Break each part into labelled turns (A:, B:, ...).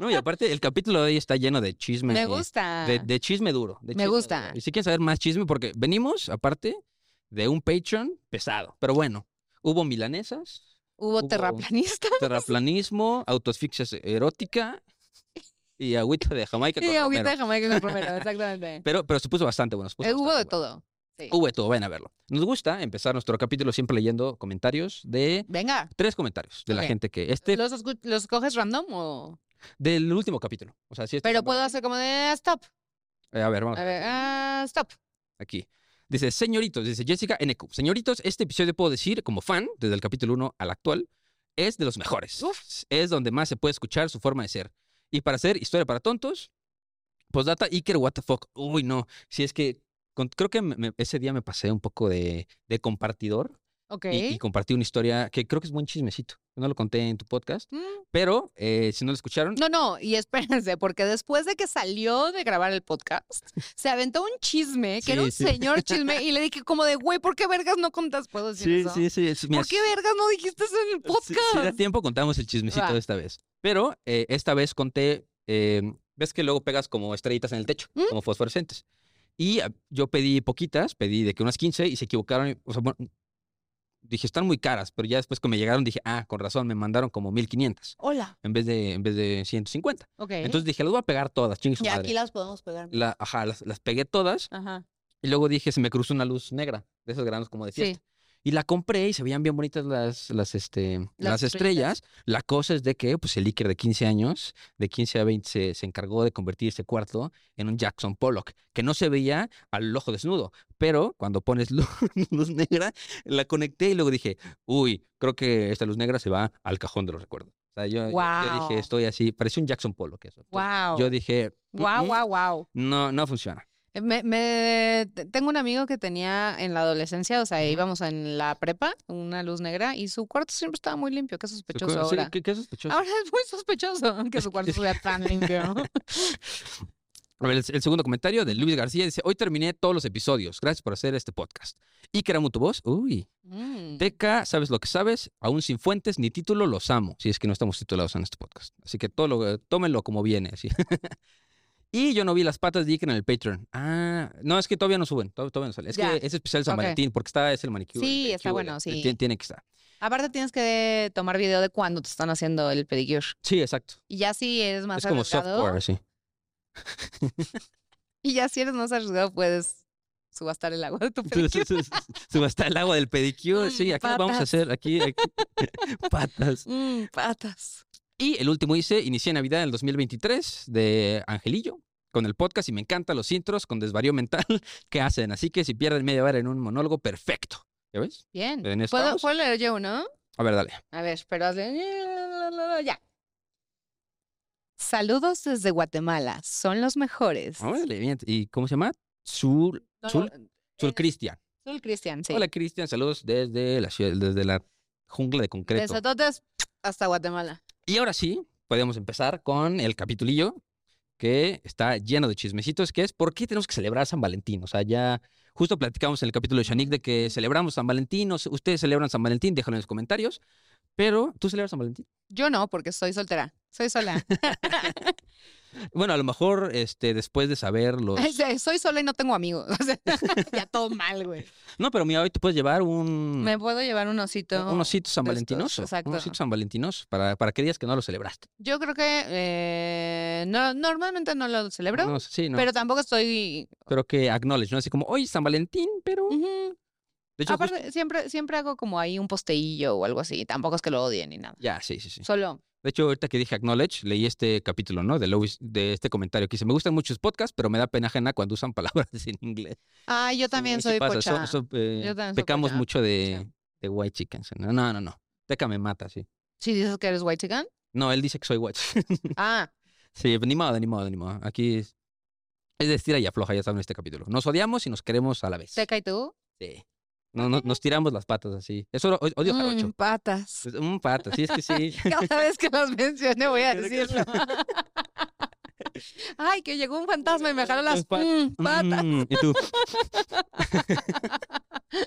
A: No, y aparte, el capítulo de hoy está lleno de chisme.
B: me
A: eh,
B: gusta.
A: De, de chisme duro. de
B: Me
A: chisme
B: gusta.
A: duro. Y si quieren saber más chisme, porque venimos, aparte, de un Patreon pesado. Pero bueno, hubo milanesas,
B: Hubo
A: hubo-
B: terraplanista
A: terraplanismo, autoasfixia erótica y agüita de Jamaica. con
B: y agüita
A: romero.
B: de Jamaica con romero, exactamente.
A: Pero, pero se puso bastante bueno. se puso
B: Eh, hubo
A: bastante
B: de
A: bueno.
B: todo. Sí.
A: Hubo de todo, vayan a verlo. Nos gusta empezar nuestro capítulo siempre leyendo comentarios de
B: Venga,
A: tres comentarios de la
B: Ok.
A: gente que este
B: ¿los, escu- los coges random o...?
A: del último capítulo. O sea, si este
B: Pero
A: son-
B: puedo hacer como de ah, stop.
A: Eh, a ver, vamos
B: A ver, ah, stop.
A: aquí. Dice, señoritos, dice Jessica Enecu. Señoritos, este episodio puedo decir, como fan, desde el capítulo 1 al actual, es de los mejores. Es donde más se puede escuchar su forma de ser. Y para hacer historia para tontos, postdata Iker, what the fuck. Uy, no. Si es que con- creo que me- me- ese día me pasé un poco de, de compartidor.
B: Ok.
A: y, y compartí una historia que creo que es buen chismecito. No lo conté en tu podcast,
B: Mm.
A: pero eh, si no lo escucharon,
B: No, no, y espérense, porque después de que salió de grabar el podcast, se aventó un chisme, que era
A: Sí,
B: un
A: sí.
B: señor chisme, y le dije como de, güey, ¿por qué vergas no contas? ¿Puedo decir eso?
A: sí. es- mira,
B: ¿Por qué vergas no dijiste eso en el
A: si- si- Si da
B: podcast?
A: tiempo, contamos el chismecito
B: Va.
A: esta vez. Pero eh, esta vez conté, eh, ves que luego pegas como estrellitas en el techo,
B: ¿Mm?
A: como fosforescentes. Y ah, yo pedí poquitas, pedí de que unas 15 y se equivocaron. O sea, bueno, dije, están muy caras, pero ya después que me llegaron dije, ah, con razón, me mandaron como 1500
B: Hola.
A: en vez de, en vez de 150.
B: Ok.
A: Entonces dije, las voy a pegar todas, chingue su
B: y
A: madre.
B: aquí las podemos pegar. mira.
A: La- ajá, las, las pegué todas
B: Ajá.
A: y luego dije, se me cruzó una luz negra, de esos granos como de
B: Sí.
A: fiesta. Y la compré y se veían bien bonitas las, las, este, las
B: Las
A: estrellas. La cosa es de que pues, el Iker de 15 años, de 15 a 20, se, se encargó de convertir ese cuarto en un Jackson Pollock, que no se veía al ojo desnudo. Pero cuando pones lu- luz, negra, la conecté y luego dije, uy, creo que esta luz negra se va al cajón de los recuerdos. O sea, yo, yo- yo
B: Guau.
A: dije, estoy así, parecía un Jackson Pollock eso. Entonces,
B: Wow.
A: Yo dije,
B: Wow,
A: "Mm, mm,
B: wow, wow.
A: no, no funciona.
B: Me, me- te- tengo un amigo que tenía en la adolescencia, o sea, íbamos en la prepa, una luz negra, y su cuarto siempre estaba muy limpio. Qué
A: Sospechoso,
B: sospechoso
A: sí,
B: ahora. Ah,
A: ¿qué, qué es sospechoso?
B: Ahora es muy sospechoso que
A: Es
B: su
A: que-
B: cuarto
A: es que-
B: sea tan limpio.
A: A ver, el, el segundo comentario de Luis García dice: Hoy terminé todos los episodios. Gracias por hacer este podcast. Y que era tu voz. Uy.
B: Mm.
A: Teca, sabes lo que sabes. Aún sin fuentes ni título, los amo. Si es que no estamos titulados en este podcast. Así que todo lo, tómenlo como viene. así. y yo no vi las patas de Iker en el Patreon. Ah, no, es que todavía no suben. to- Todavía no sale. Es
B: Ya.
A: que es especial San
B: Ok.
A: Valentín porque está, es el maniquí.
B: Sí, está bueno, sí.
A: Tiene que estar.
B: Aparte tienes que tomar video de cuando te están haciendo el pedicure.
A: Sí, exacto.
B: Y ya si eres más
A: es como
B: arriesgado,
A: software, sí.
B: y ya si eres más arriesgado puedes subastar el agua de tu
A: Su-
B: pedicure.
A: su- su- Subasta el agua del pedicure. Sí,
B: Mm,
A: aquí lo vamos a
B: patas.
A: hacer. Aquí, aquí. patas.
B: Mm, patas.
A: Y el último dice: Inicié Navidad en el 2023 de Angelillo con el podcast y me encantan los intros con desvarío mental que hacen. Así que si pierden media hora en un monólogo, perfecto. ¿Ya ves?
B: Bien.
A: En esto
B: ¿Puedo,
A: vamos.
B: puedo leer yo uno?
A: A ver, dale.
B: A ver, pero hazle... Ya. Saludos desde Guatemala. Son los mejores.
A: Órale, bien. ¿Y cómo se llama? Zul,
B: No, no,
A: Zul, Zul
B: eh,
A: Cristian.
B: Zul Cristian, sí.
A: Hola, Cristian. Saludos desde la ciudad, desde la jungla de concreto.
B: Besototes hasta Guatemala.
A: Y ahora sí, podemos empezar con el capitulillo que está lleno de chismecitos, que es ¿por qué tenemos que celebrar San Valentín? O sea, ya justo platicamos en el capítulo de Shanik de que celebramos San Valentín, o se- ustedes celebran San Valentín, déjalo en los comentarios. Pero, ¿tú celebras San Valentín?
B: Yo no, porque soy soltera. Soy sola.
A: Bueno, a lo mejor este, después de saber los...
B: O sea, soy sola y no tengo amigos. O sea, ya todo mal, güey.
A: No, pero mira, hoy te puedes llevar un...
B: Me puedo llevar un osito.
A: Mm. Un osito san
B: de estos,
A: valentinoso.
B: exacto.
A: Un osito san valentinoso para, para que digas que no lo celebraste.
B: Yo creo que eh, no, normalmente no lo celebro,
A: No, sí, no. Pero,
B: pero tampoco estoy.
A: que acknowledge, ¿no? Así como, hoy es San Valentín, pero...
B: Ujú.
A: Uh, De hecho, justo-
B: Mm, Aparte, siempre, siempre hago como ahí un posteillo o algo así. Tampoco es que lo odie ni nada.
A: Ya, sí, sí, sí.
B: Solo.
A: De hecho, ahorita que dije acknowledge, leí este capítulo, ¿no? De, Lois- de este comentario que dice, me gustan muchos podcasts, pero me da pena ajena cuando usan palabras en inglés.
B: Ah, yo también
A: Sí, sí
B: soy
A: pasa, so-
B: pocha.
A: so- eh,
B: Yo también soy
A: Pecamos
B: pocha,
A: mucho de, de white chickens. No, no, no. no. Teca me mata, sí.
B: Si dices que eres white chican.
A: No, él dice que soy white.
B: Ah,
A: sí, ni modo, ni modo, ni modo. Aquí es, es de estira y afloja, ya saben, este capítulo. Nos odiamos y nos queremos a la vez.
B: seca y tú.
A: Sí. No, no- nos tiramos las patas así. Eso lo- odio
B: Mm,
A: jarocho.
B: patas.
A: Es Un pata, sí, es que sí.
B: Cada vez que los mencione voy a
A: Creo que
B: decirlo. Ay, que llegó un fantasma y me jaló las
A: Las pat-
B: mm, patas.
A: Mm, y tú.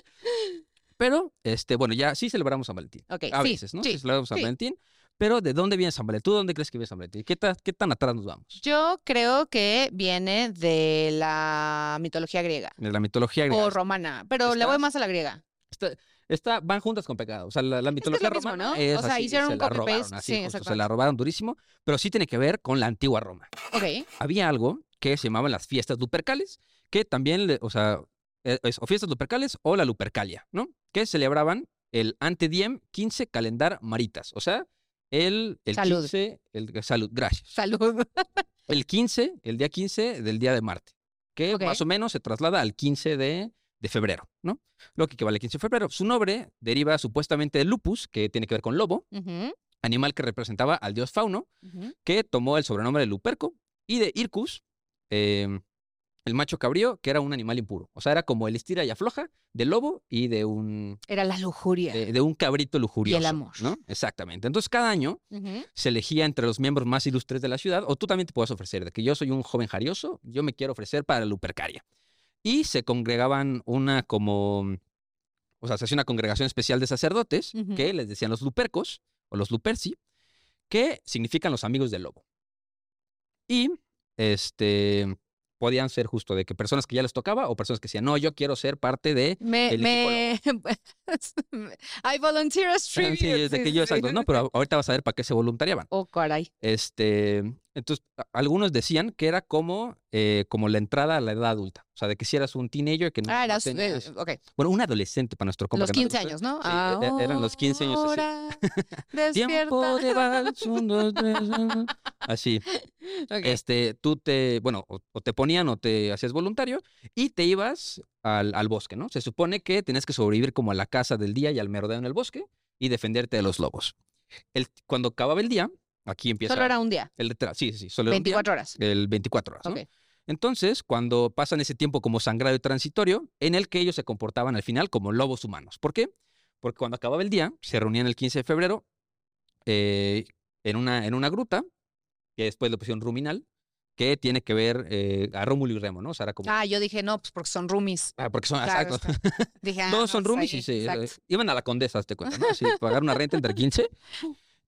A: pero, este, bueno, ya sí celebramos San Valentín.
B: Ok,
A: A
B: sí,
A: veces, ¿no? Sí,
B: sí,
A: celebramos San
B: sí.
A: Valentín. Pero, ¿de dónde viene San Valentín? ¿Tú dónde crees que viene San Valentín? ¿Qué, ta- qué tan atrás nos vamos?
B: Yo creo que viene de la mitología griega
A: De la mitología griega.
B: o romana, pero le
A: Está-
B: voy más a la griega.
A: Está- está- van juntas con pecado. O sea, la, la mitología
B: lo mismo,
A: romana
B: ¿no?
A: es
B: O sea,
A: así,
B: hicieron
A: se
B: un
A: la
B: copy-paste,
A: robaron así, justo,
B: sí,
A: se la
B: exactamente.
A: robaron durísimo, pero sí tiene que ver con la antigua Roma.
B: Ok,
A: había algo que se llamaban las fiestas lupercales, que también, le- o sea, e- es o fiestas lupercales o la Lupercalia, ¿no? Que celebraban el antediem 15 calendar maritas, o sea, el, el
B: Salud.
A: 15, el, salud, gracias.
B: salud.
A: El 15, el día 15 del día de Marte, que
B: Ok.
A: más o menos se traslada al 15 de, de febrero, ¿no? Lo que equivale al 15 de febrero. Su nombre deriva supuestamente del lupus, que tiene que ver con lobo,
B: Ujú,
A: animal que representaba al dios fauno,
B: ujú.
A: que tomó el sobrenombre de Luperco y de Ircus, em, el macho cabrío, que era un animal impuro. O sea, era como el estira y afloja del lobo y de un,
B: Era la lujuria.
A: de, de un cabrito lujurioso.
B: amor.
A: ¿no? Exactamente. Entonces, cada año
B: Ujú.
A: se elegía entre los miembros más ilustres de la ciudad, o tú también te puedes ofrecer, de que yo soy un joven jarioso, yo me quiero ofrecer para la Lupercaria. Y se congregaban una como, o sea, se hacía una congregación especial de sacerdotes
B: Ujú.
A: que les decían los lupercos o los luperci, que significan los amigos del lobo. Y este podían ser justo de que personas que ya les tocaba o personas que decían, no, yo quiero ser parte de
B: Me,
A: El
B: me, pues, I volunteer as
A: Sí,
B: tribute.
A: de que
B: sí,
A: yo,
B: sí.
A: exacto, no, pero ahorita vas a ver para qué se voluntariaban.
B: Oh, caray.
A: Este, entonces, a- algunos decían que era como, eh, como la entrada a la edad adulta. O sea, de que si eras un teenager que no,
B: Ah,
A: no
B: eras, eh,
A: tenías-
B: ok,
A: Bueno, un adolescente para nuestro compa.
B: los
A: que no le
B: 15
A: gusta.
B: años, ¿no?
A: Sí, e- e- eran los 15 años. así.
B: Ahora,
A: Tiempo
B: despierta.
A: de vals, un, dos, tres, ah. Así.
B: Ok.
A: Este, tú te, bueno, o, o te ponían o te hacías voluntario y te ibas al, al bosque, ¿no? Se supone que tenías que sobrevivir como a la caza del día y al merodeo en el bosque y defenderte de los lobos. El, cuando acababa el día, aquí empieza
B: Solo era un día,
A: el literal. Sí, sí, sí, solo era un día.
B: 24 horas.
A: el 24 horas. ¿no?
B: Ok.
A: Entonces, cuando pasan ese tiempo como sangrado y transitorio, en el que ellos se comportaban al final como lobos humanos. ¿Por qué? Porque cuando acababa el día, se reunían el 15 de febrero eh, en, una, en una gruta, que después le pusieron ruminal, que tiene que ver eh, a Rómulo y Remo, ¿no? O sea, era como...
B: Ah, yo dije, no, pues porque son roomies.
A: Ah, porque son...
B: Claro,
A: exacto.
B: está. Dije, ah,
A: Todos son
B: no,
A: roomies
B: sí,
A: y se
B: exacto.
A: eh, iban a la condesa, te cuento, ¿no? Así, pagar una renta entre 15.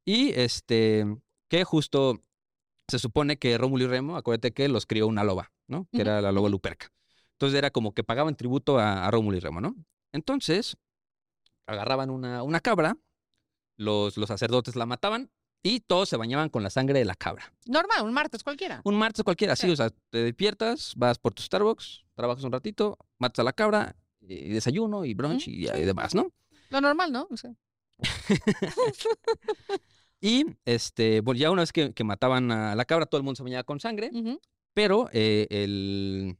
A: Y este, que justo se supone que Rómulo y Remo, acuérdate que los crió una loba, ¿no? Que
B: Ujú.
A: era la loba Luperca. Entonces era como que pagaban tributo a, a Rómulo y Remo, ¿no? Entonces agarraban una, una cabra, los, los sacerdotes la mataban y todos se bañaban con la sangre de la cabra.
B: Normal, un martes cualquiera.
A: Un martes cualquiera, así,
B: Sí.
A: o sea, te despiertas, vas por tu Starbucks, trabajas un ratito, matas a la cabra, eh, y desayuno y brunch
B: Ujú,
A: y-
B: sí.
A: y demás, ¿no?
B: Lo normal, ¿no? O sea,
A: Y este, bueno, ya una vez que, que mataban a la cabra, todo el mundo se bañaba con sangre,
B: ujú.
A: pero eh, el,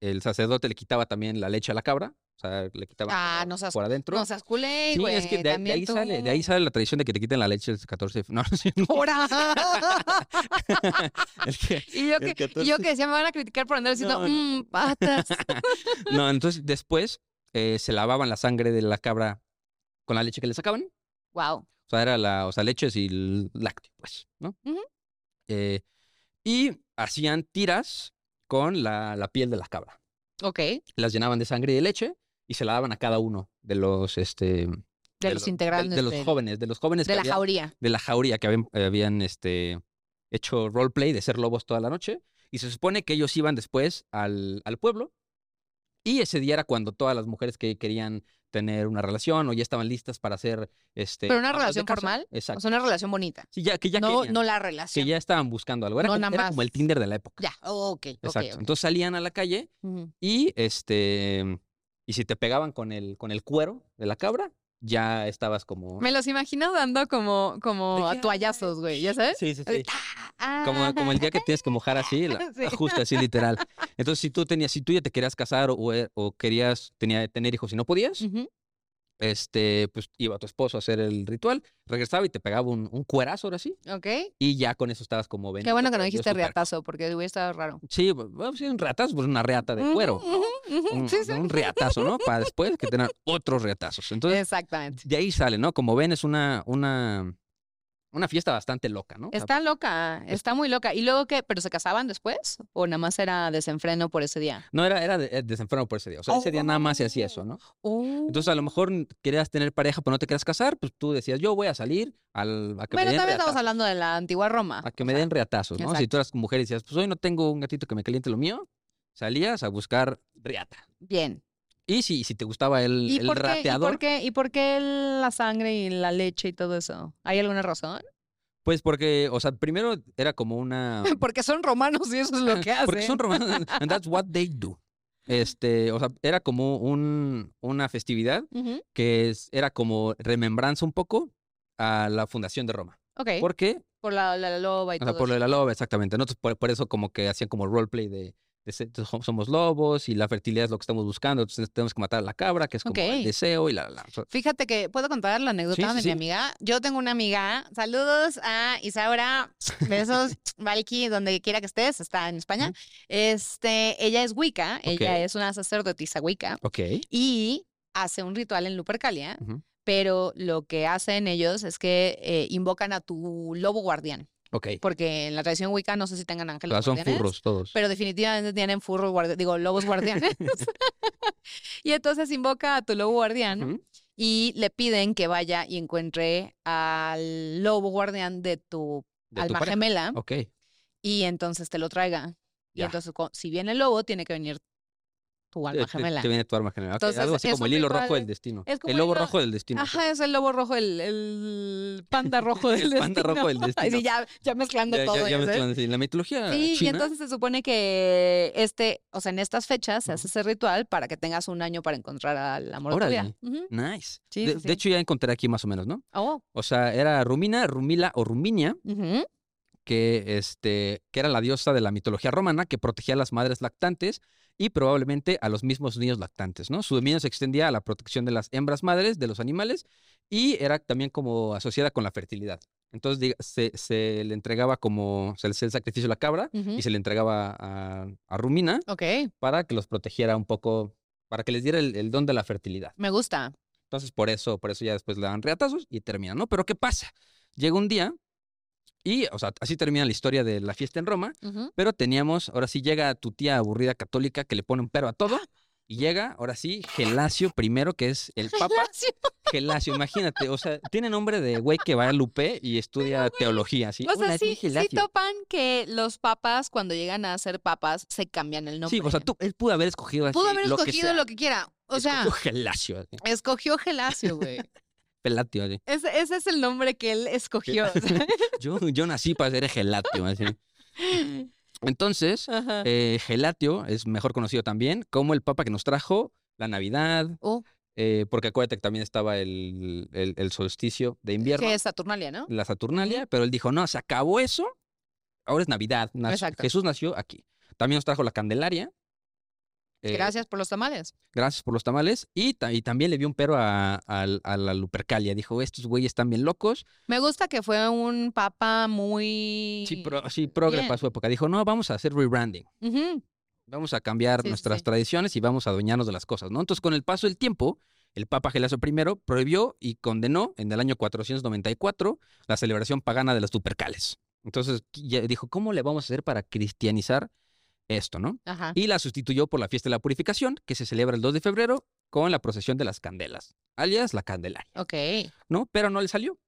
A: el sacerdote le quitaba también la leche a la cabra, o sea, le quitaba
B: Ah,
A: como
B: no seas-
A: por adentro.
B: No seas culé,
A: sí,
B: güey.
A: es que de, de
B: también
A: ahí sale, de ahí
B: tú.
A: sale la tradición de que te quiten la leche el 14 de fe- No, no, sí, no,
B: ¡Ahora!
A: el que-
B: y yo
A: El
B: que, y yo
A: 14.
B: que decía, me van a criticar por andar diciendo,
A: No,
B: "Mm, patas.
A: no, entonces después eh, se lavaban la sangre de la cabra con la leche que le sacaban. O
B: Wow.
A: sea, era la, o sea, leches y el lácteo, pues, ¿no?
B: Ujú.
A: Eh, y hacían tiras con la, la piel de la cabra.
B: Ok. De,
A: Las llenaban de sangre y de leche y se la daban a cada uno de los, este... De,
B: los
A: lo- de-
B: integrantes.
A: De, los jóvenes, de los jóvenes que
B: De la
A: había-
B: jauría.
A: de la jauría que habían, habían, este, hecho roleplay de ser lobos toda la noche. Y se supone que ellos iban después al, al pueblo. Y ese día era cuando todas las mujeres que querían tener una relación o ya estaban listas para hacer este.
B: Pero una
A: amas de
B: relación
A: casa.
B: formal,
A: Exacto.
B: O sea, una relación bonita.
A: sí, ya, que ya
B: no,
A: querían,
B: no la
A: que
B: relación.
A: ya estaban buscando algo. Era,
B: No,
A: como,
B: nada
A: era
B: más.
A: como el Tinder de la época.
B: Ya, oh, ok, ok,
A: Exacto.
B: ok.
A: Entonces salían a la calle
B: Ujú.
A: y este. Y si te pegaban con el, con el cuero de la cabra, ya estabas como.
B: Me los imagino dando como, como
A: De
B: a
A: que,
B: toallazos, güey, ¿ya sabes?
A: Sí, sí,
B: Así,
A: sí. Como, como el día que tienes que mojar así, la,
B: ah. Sí.
A: ajuste así literal. Entonces, si tú tenías, si tú ya te querías casar o, eh, o querías tenía, tener hijos y no podías,
B: Ujú.
A: este, pues iba tu esposo a hacer el ritual, regresaba y te pegaba un, un cuerazo ahora sí,
B: Ok.
A: y ya con eso estabas como
B: Qué
A: bendito
B: bueno que
A: sea
B: no
A: Dios
B: dijiste
A: tu parto".
B: reatazo, porque hubiera estado raro.
A: Sí, bu- bueno, sí, un reatazo, pues una reata de
B: Ujú,
A: cuero. ¿no?
B: ujú, ujú,
A: Un,
B: sí, sí.
A: un reatazo, ¿no? Para después que tengan otros reatazos. Entonces,
B: Exactamente.
A: de ahí sale, ¿no? Como ven, es una, una, una fiesta bastante loca, ¿no? O sea,
B: Está loca, está muy loca. ¿Y luego qué? ¿Pero se casaban después? ¿O nada más era desenfreno por ese día?
A: No, era, era de- eh, desenfreno por ese día. O sea, ese día nada más se hacía eso, ¿no? Entonces,
B: Oh.
A: a lo mejor n- querías tener pareja, pero no te querías casar, pues tú decías, yo voy a salir al, a que
B: bueno,
A: me den
B: también estamos
A: reatazos.
B: hablando de la antigua Roma.
A: A que me den reatazos, ¿no? Si tú eras mujer y decías, pues hoy no tengo un gatito que me caliente lo mío, salías a buscar reata.
B: Bien.
A: Y si, si te gustaba el,
B: ¿Y
A: el
B: por, qué, y,
A: rateador,
B: por qué, ¿Y por qué la sangre y la leche y todo eso? ¿Hay alguna razón?
A: pues porque, o sea, primero era como una...
B: Porque son romanos y eso es lo que hacen.
A: Porque son romanos, and that's what they do. Este, o sea, era como un, una festividad
B: Ujú,
A: que es- era como remembranza un poco a la fundación de Roma.
B: Ok. Por,
A: Porque
B: la, la loba y
A: O
B: todo
A: sea, por lo
B: eso.
A: de la loba, exactamente. ¿no? Entonces, por, por eso como que hacían como roleplay de, de se- so- somos lobos y la fertilidad es lo que estamos buscando, entonces tenemos que matar a la cabra, que es como
B: Ok.
A: el deseo y la, la, la. O sea,
B: Fíjate que puedo contar la anécdota
A: sí,
B: de
A: sí.
B: mi amiga. Yo tengo una amiga. Saludos a Isaura. Besos, Valky, donde quiera que estés, está en España. Este, ella es Wicca,
A: Ok.
B: ella es una sacerdotisa Wicca
A: Ok.
B: y hace un ritual en Lupercalia,
A: Ujú.
B: pero lo que hacen ellos es que eh, invocan a tu lobo guardián,
A: Ok.
B: porque en la tradición Wicca no sé si tengan
A: O
B: ángeles
A: sea, Ah, son
B: guardianes,
A: furros todos.
B: pero definitivamente tienen furros guardianes, digo, lobos guardianes. y entonces invoca a tu lobo guardián
A: Ujú.
B: y le piden que vaya y encuentre al lobo guardián de tu
A: De tu
B: alma
A: pareja.
B: gemela
A: Ok.
B: y entonces te lo traiga. Y
A: Ya.
B: entonces, cu- si viene el lobo, tiene que venir tu
A: Te-
B: alma
A: te-
B: gemela.
A: Te, viene tu alma gemela. ok,
B: Entonces,
A: Algo así
B: es
A: como
B: un
A: el hilo
B: ritual-
A: rojo del destino.
B: es como
A: el
B: el
A: lobo
B: hilo-
A: rojo del destino.
B: Ajá, es el lobo rojo, el, el panda rojo del
A: El panda rojo del
B: destino. Ay, sí, ya, ya mezclando
A: Ya, ya-
B: todo. ¿eh?
A: ya
B: ya
A: me
B: sabes.
A: estoy- sí, La mitología
B: Sí, y
A: Ah, china.
B: entonces se supone que este, o sea, en estas fechas se
A: Ujú.
B: hace ese ritual para que tengas un año para encontrar al amor de tu vida.
A: Órale. Mm.
B: Ujú.
A: Nice.
B: Sí,
A: de, de
B: sí, sí.
A: hecho, ya encontré aquí más o menos, ¿no?
B: Oh,
A: O sea, era Rumina, Rumila o Ruminia.
B: ujú.
A: que, este, que era la diosa de la mitología romana que protegía a las madres lactantes y probablemente a los mismos niños lactantes, ¿no? Su dominio se extendía a la protección de las hembras madres, de los animales, y era también como asociada con la fertilidad. Entonces diga- se, se le entregaba como, se le hacía el sacrificio a la cabra
B: Ujú.
A: y se le entregaba a, a Rumina
B: Ok,
A: para que los protegiera un poco, para que les diera el, el don de la fertilidad.
B: me gusta.
A: Entonces, por eso, por eso ya después le dan reatazos y termina, ¿no? Pero ¿qué pasa? Llega un día y, o sea, así termina la historia de la fiesta en Roma,
B: Ujú.
A: pero teníamos, ahora sí llega tu tía aburrida católica que le pone un pero a todo y llega, ahora sí, Gelacio primero, que es el papa. Gelacio, imagínate, o sea, tiene nombre de güey que va a Lupe y estudia teología, ¿sí?
B: O sea,
A: Hola, soy
B: sí, sí
A: Gelacio.
B: topan que los papas, cuando llegan a ser papas, se cambian el nombre.
A: Sí, o sea, tú, él pudo haber escogido así
B: Pudo haber
A: lo que
B: escogido
A: sea.
B: lo que quiera. O sea,
A: Escogió Gelacio, así,
B: escogió Gelacio, güey.
A: Pelatio, así.
B: Ese, ese es el nombre que él escogió. o sea.
A: Yo, yo nací para ser Gelatio, así. Entonces,
B: Ajá.
A: Eh, Gelatio es mejor conocido también como el papa que nos trajo la Navidad,
B: Oh.
A: eh, porque acuérdate que también estaba el, el- el solsticio de invierno,
B: que es Saturnalia, ¿no?
A: la Saturnalia, pero él dijo, no, se acabó eso, ahora es Navidad, nació-
B: Exacto.
A: Jesús nació aquí. También nos trajo la Candelaria. eh,
B: Gracias por los tamales.
A: Gracias por los tamales. Y, ta- y también le vio un pero a, al- a la Lupercalia. Dijo, estos güeyes están bien locos.
B: Me gusta que fue un papa muy...
A: Sí, pro, sí progre
B: bien.
A: para su época. Dijo, no, vamos a hacer rebranding.
B: Ujú.
A: Vamos a cambiar
B: Sí, sí,
A: nuestras
B: sí.
A: tradiciones y vamos a adueñarnos de las cosas, ¿no? Entonces, con el paso del tiempo, el Papa Gelacio I prohibió y condenó en el año 494 la celebración pagana de las Tupercales. Entonces ya dijo, ¿cómo le vamos a hacer para cristianizar esto, no?
B: Ajá.
A: y la sustituyó por la fiesta de la purificación, que se celebra el 2 de febrero con la procesión de las candelas, alias la Candelaria,
B: Ok.
A: ¿no? Pero no le salió,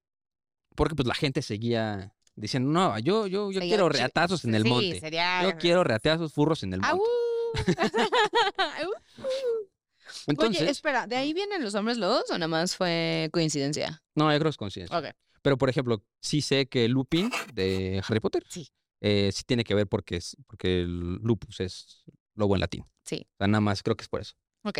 A: porque pues la gente seguía diciendo, no, yo, yo, yo
B: Seguía
A: quiero
B: chi-
A: reatazos en el
B: sí,
A: monte,
B: sería...
A: yo quiero reatazos furros en el monte.
B: ¡Au! Au.
A: Entonces,
B: Oye, espera, ¿de ahí vienen los hombres lobos o nada más fue coincidencia?
A: no, yo creo que es conciencia.
B: Ok.
A: Pero, por ejemplo, sí sé que Lupin de Harry Potter
B: Sí.
A: eh, sí tiene que ver porque, es, porque el lupus es lobo en latín.
B: Sí.
A: O sea, nada más creo que es por eso.
B: Ok.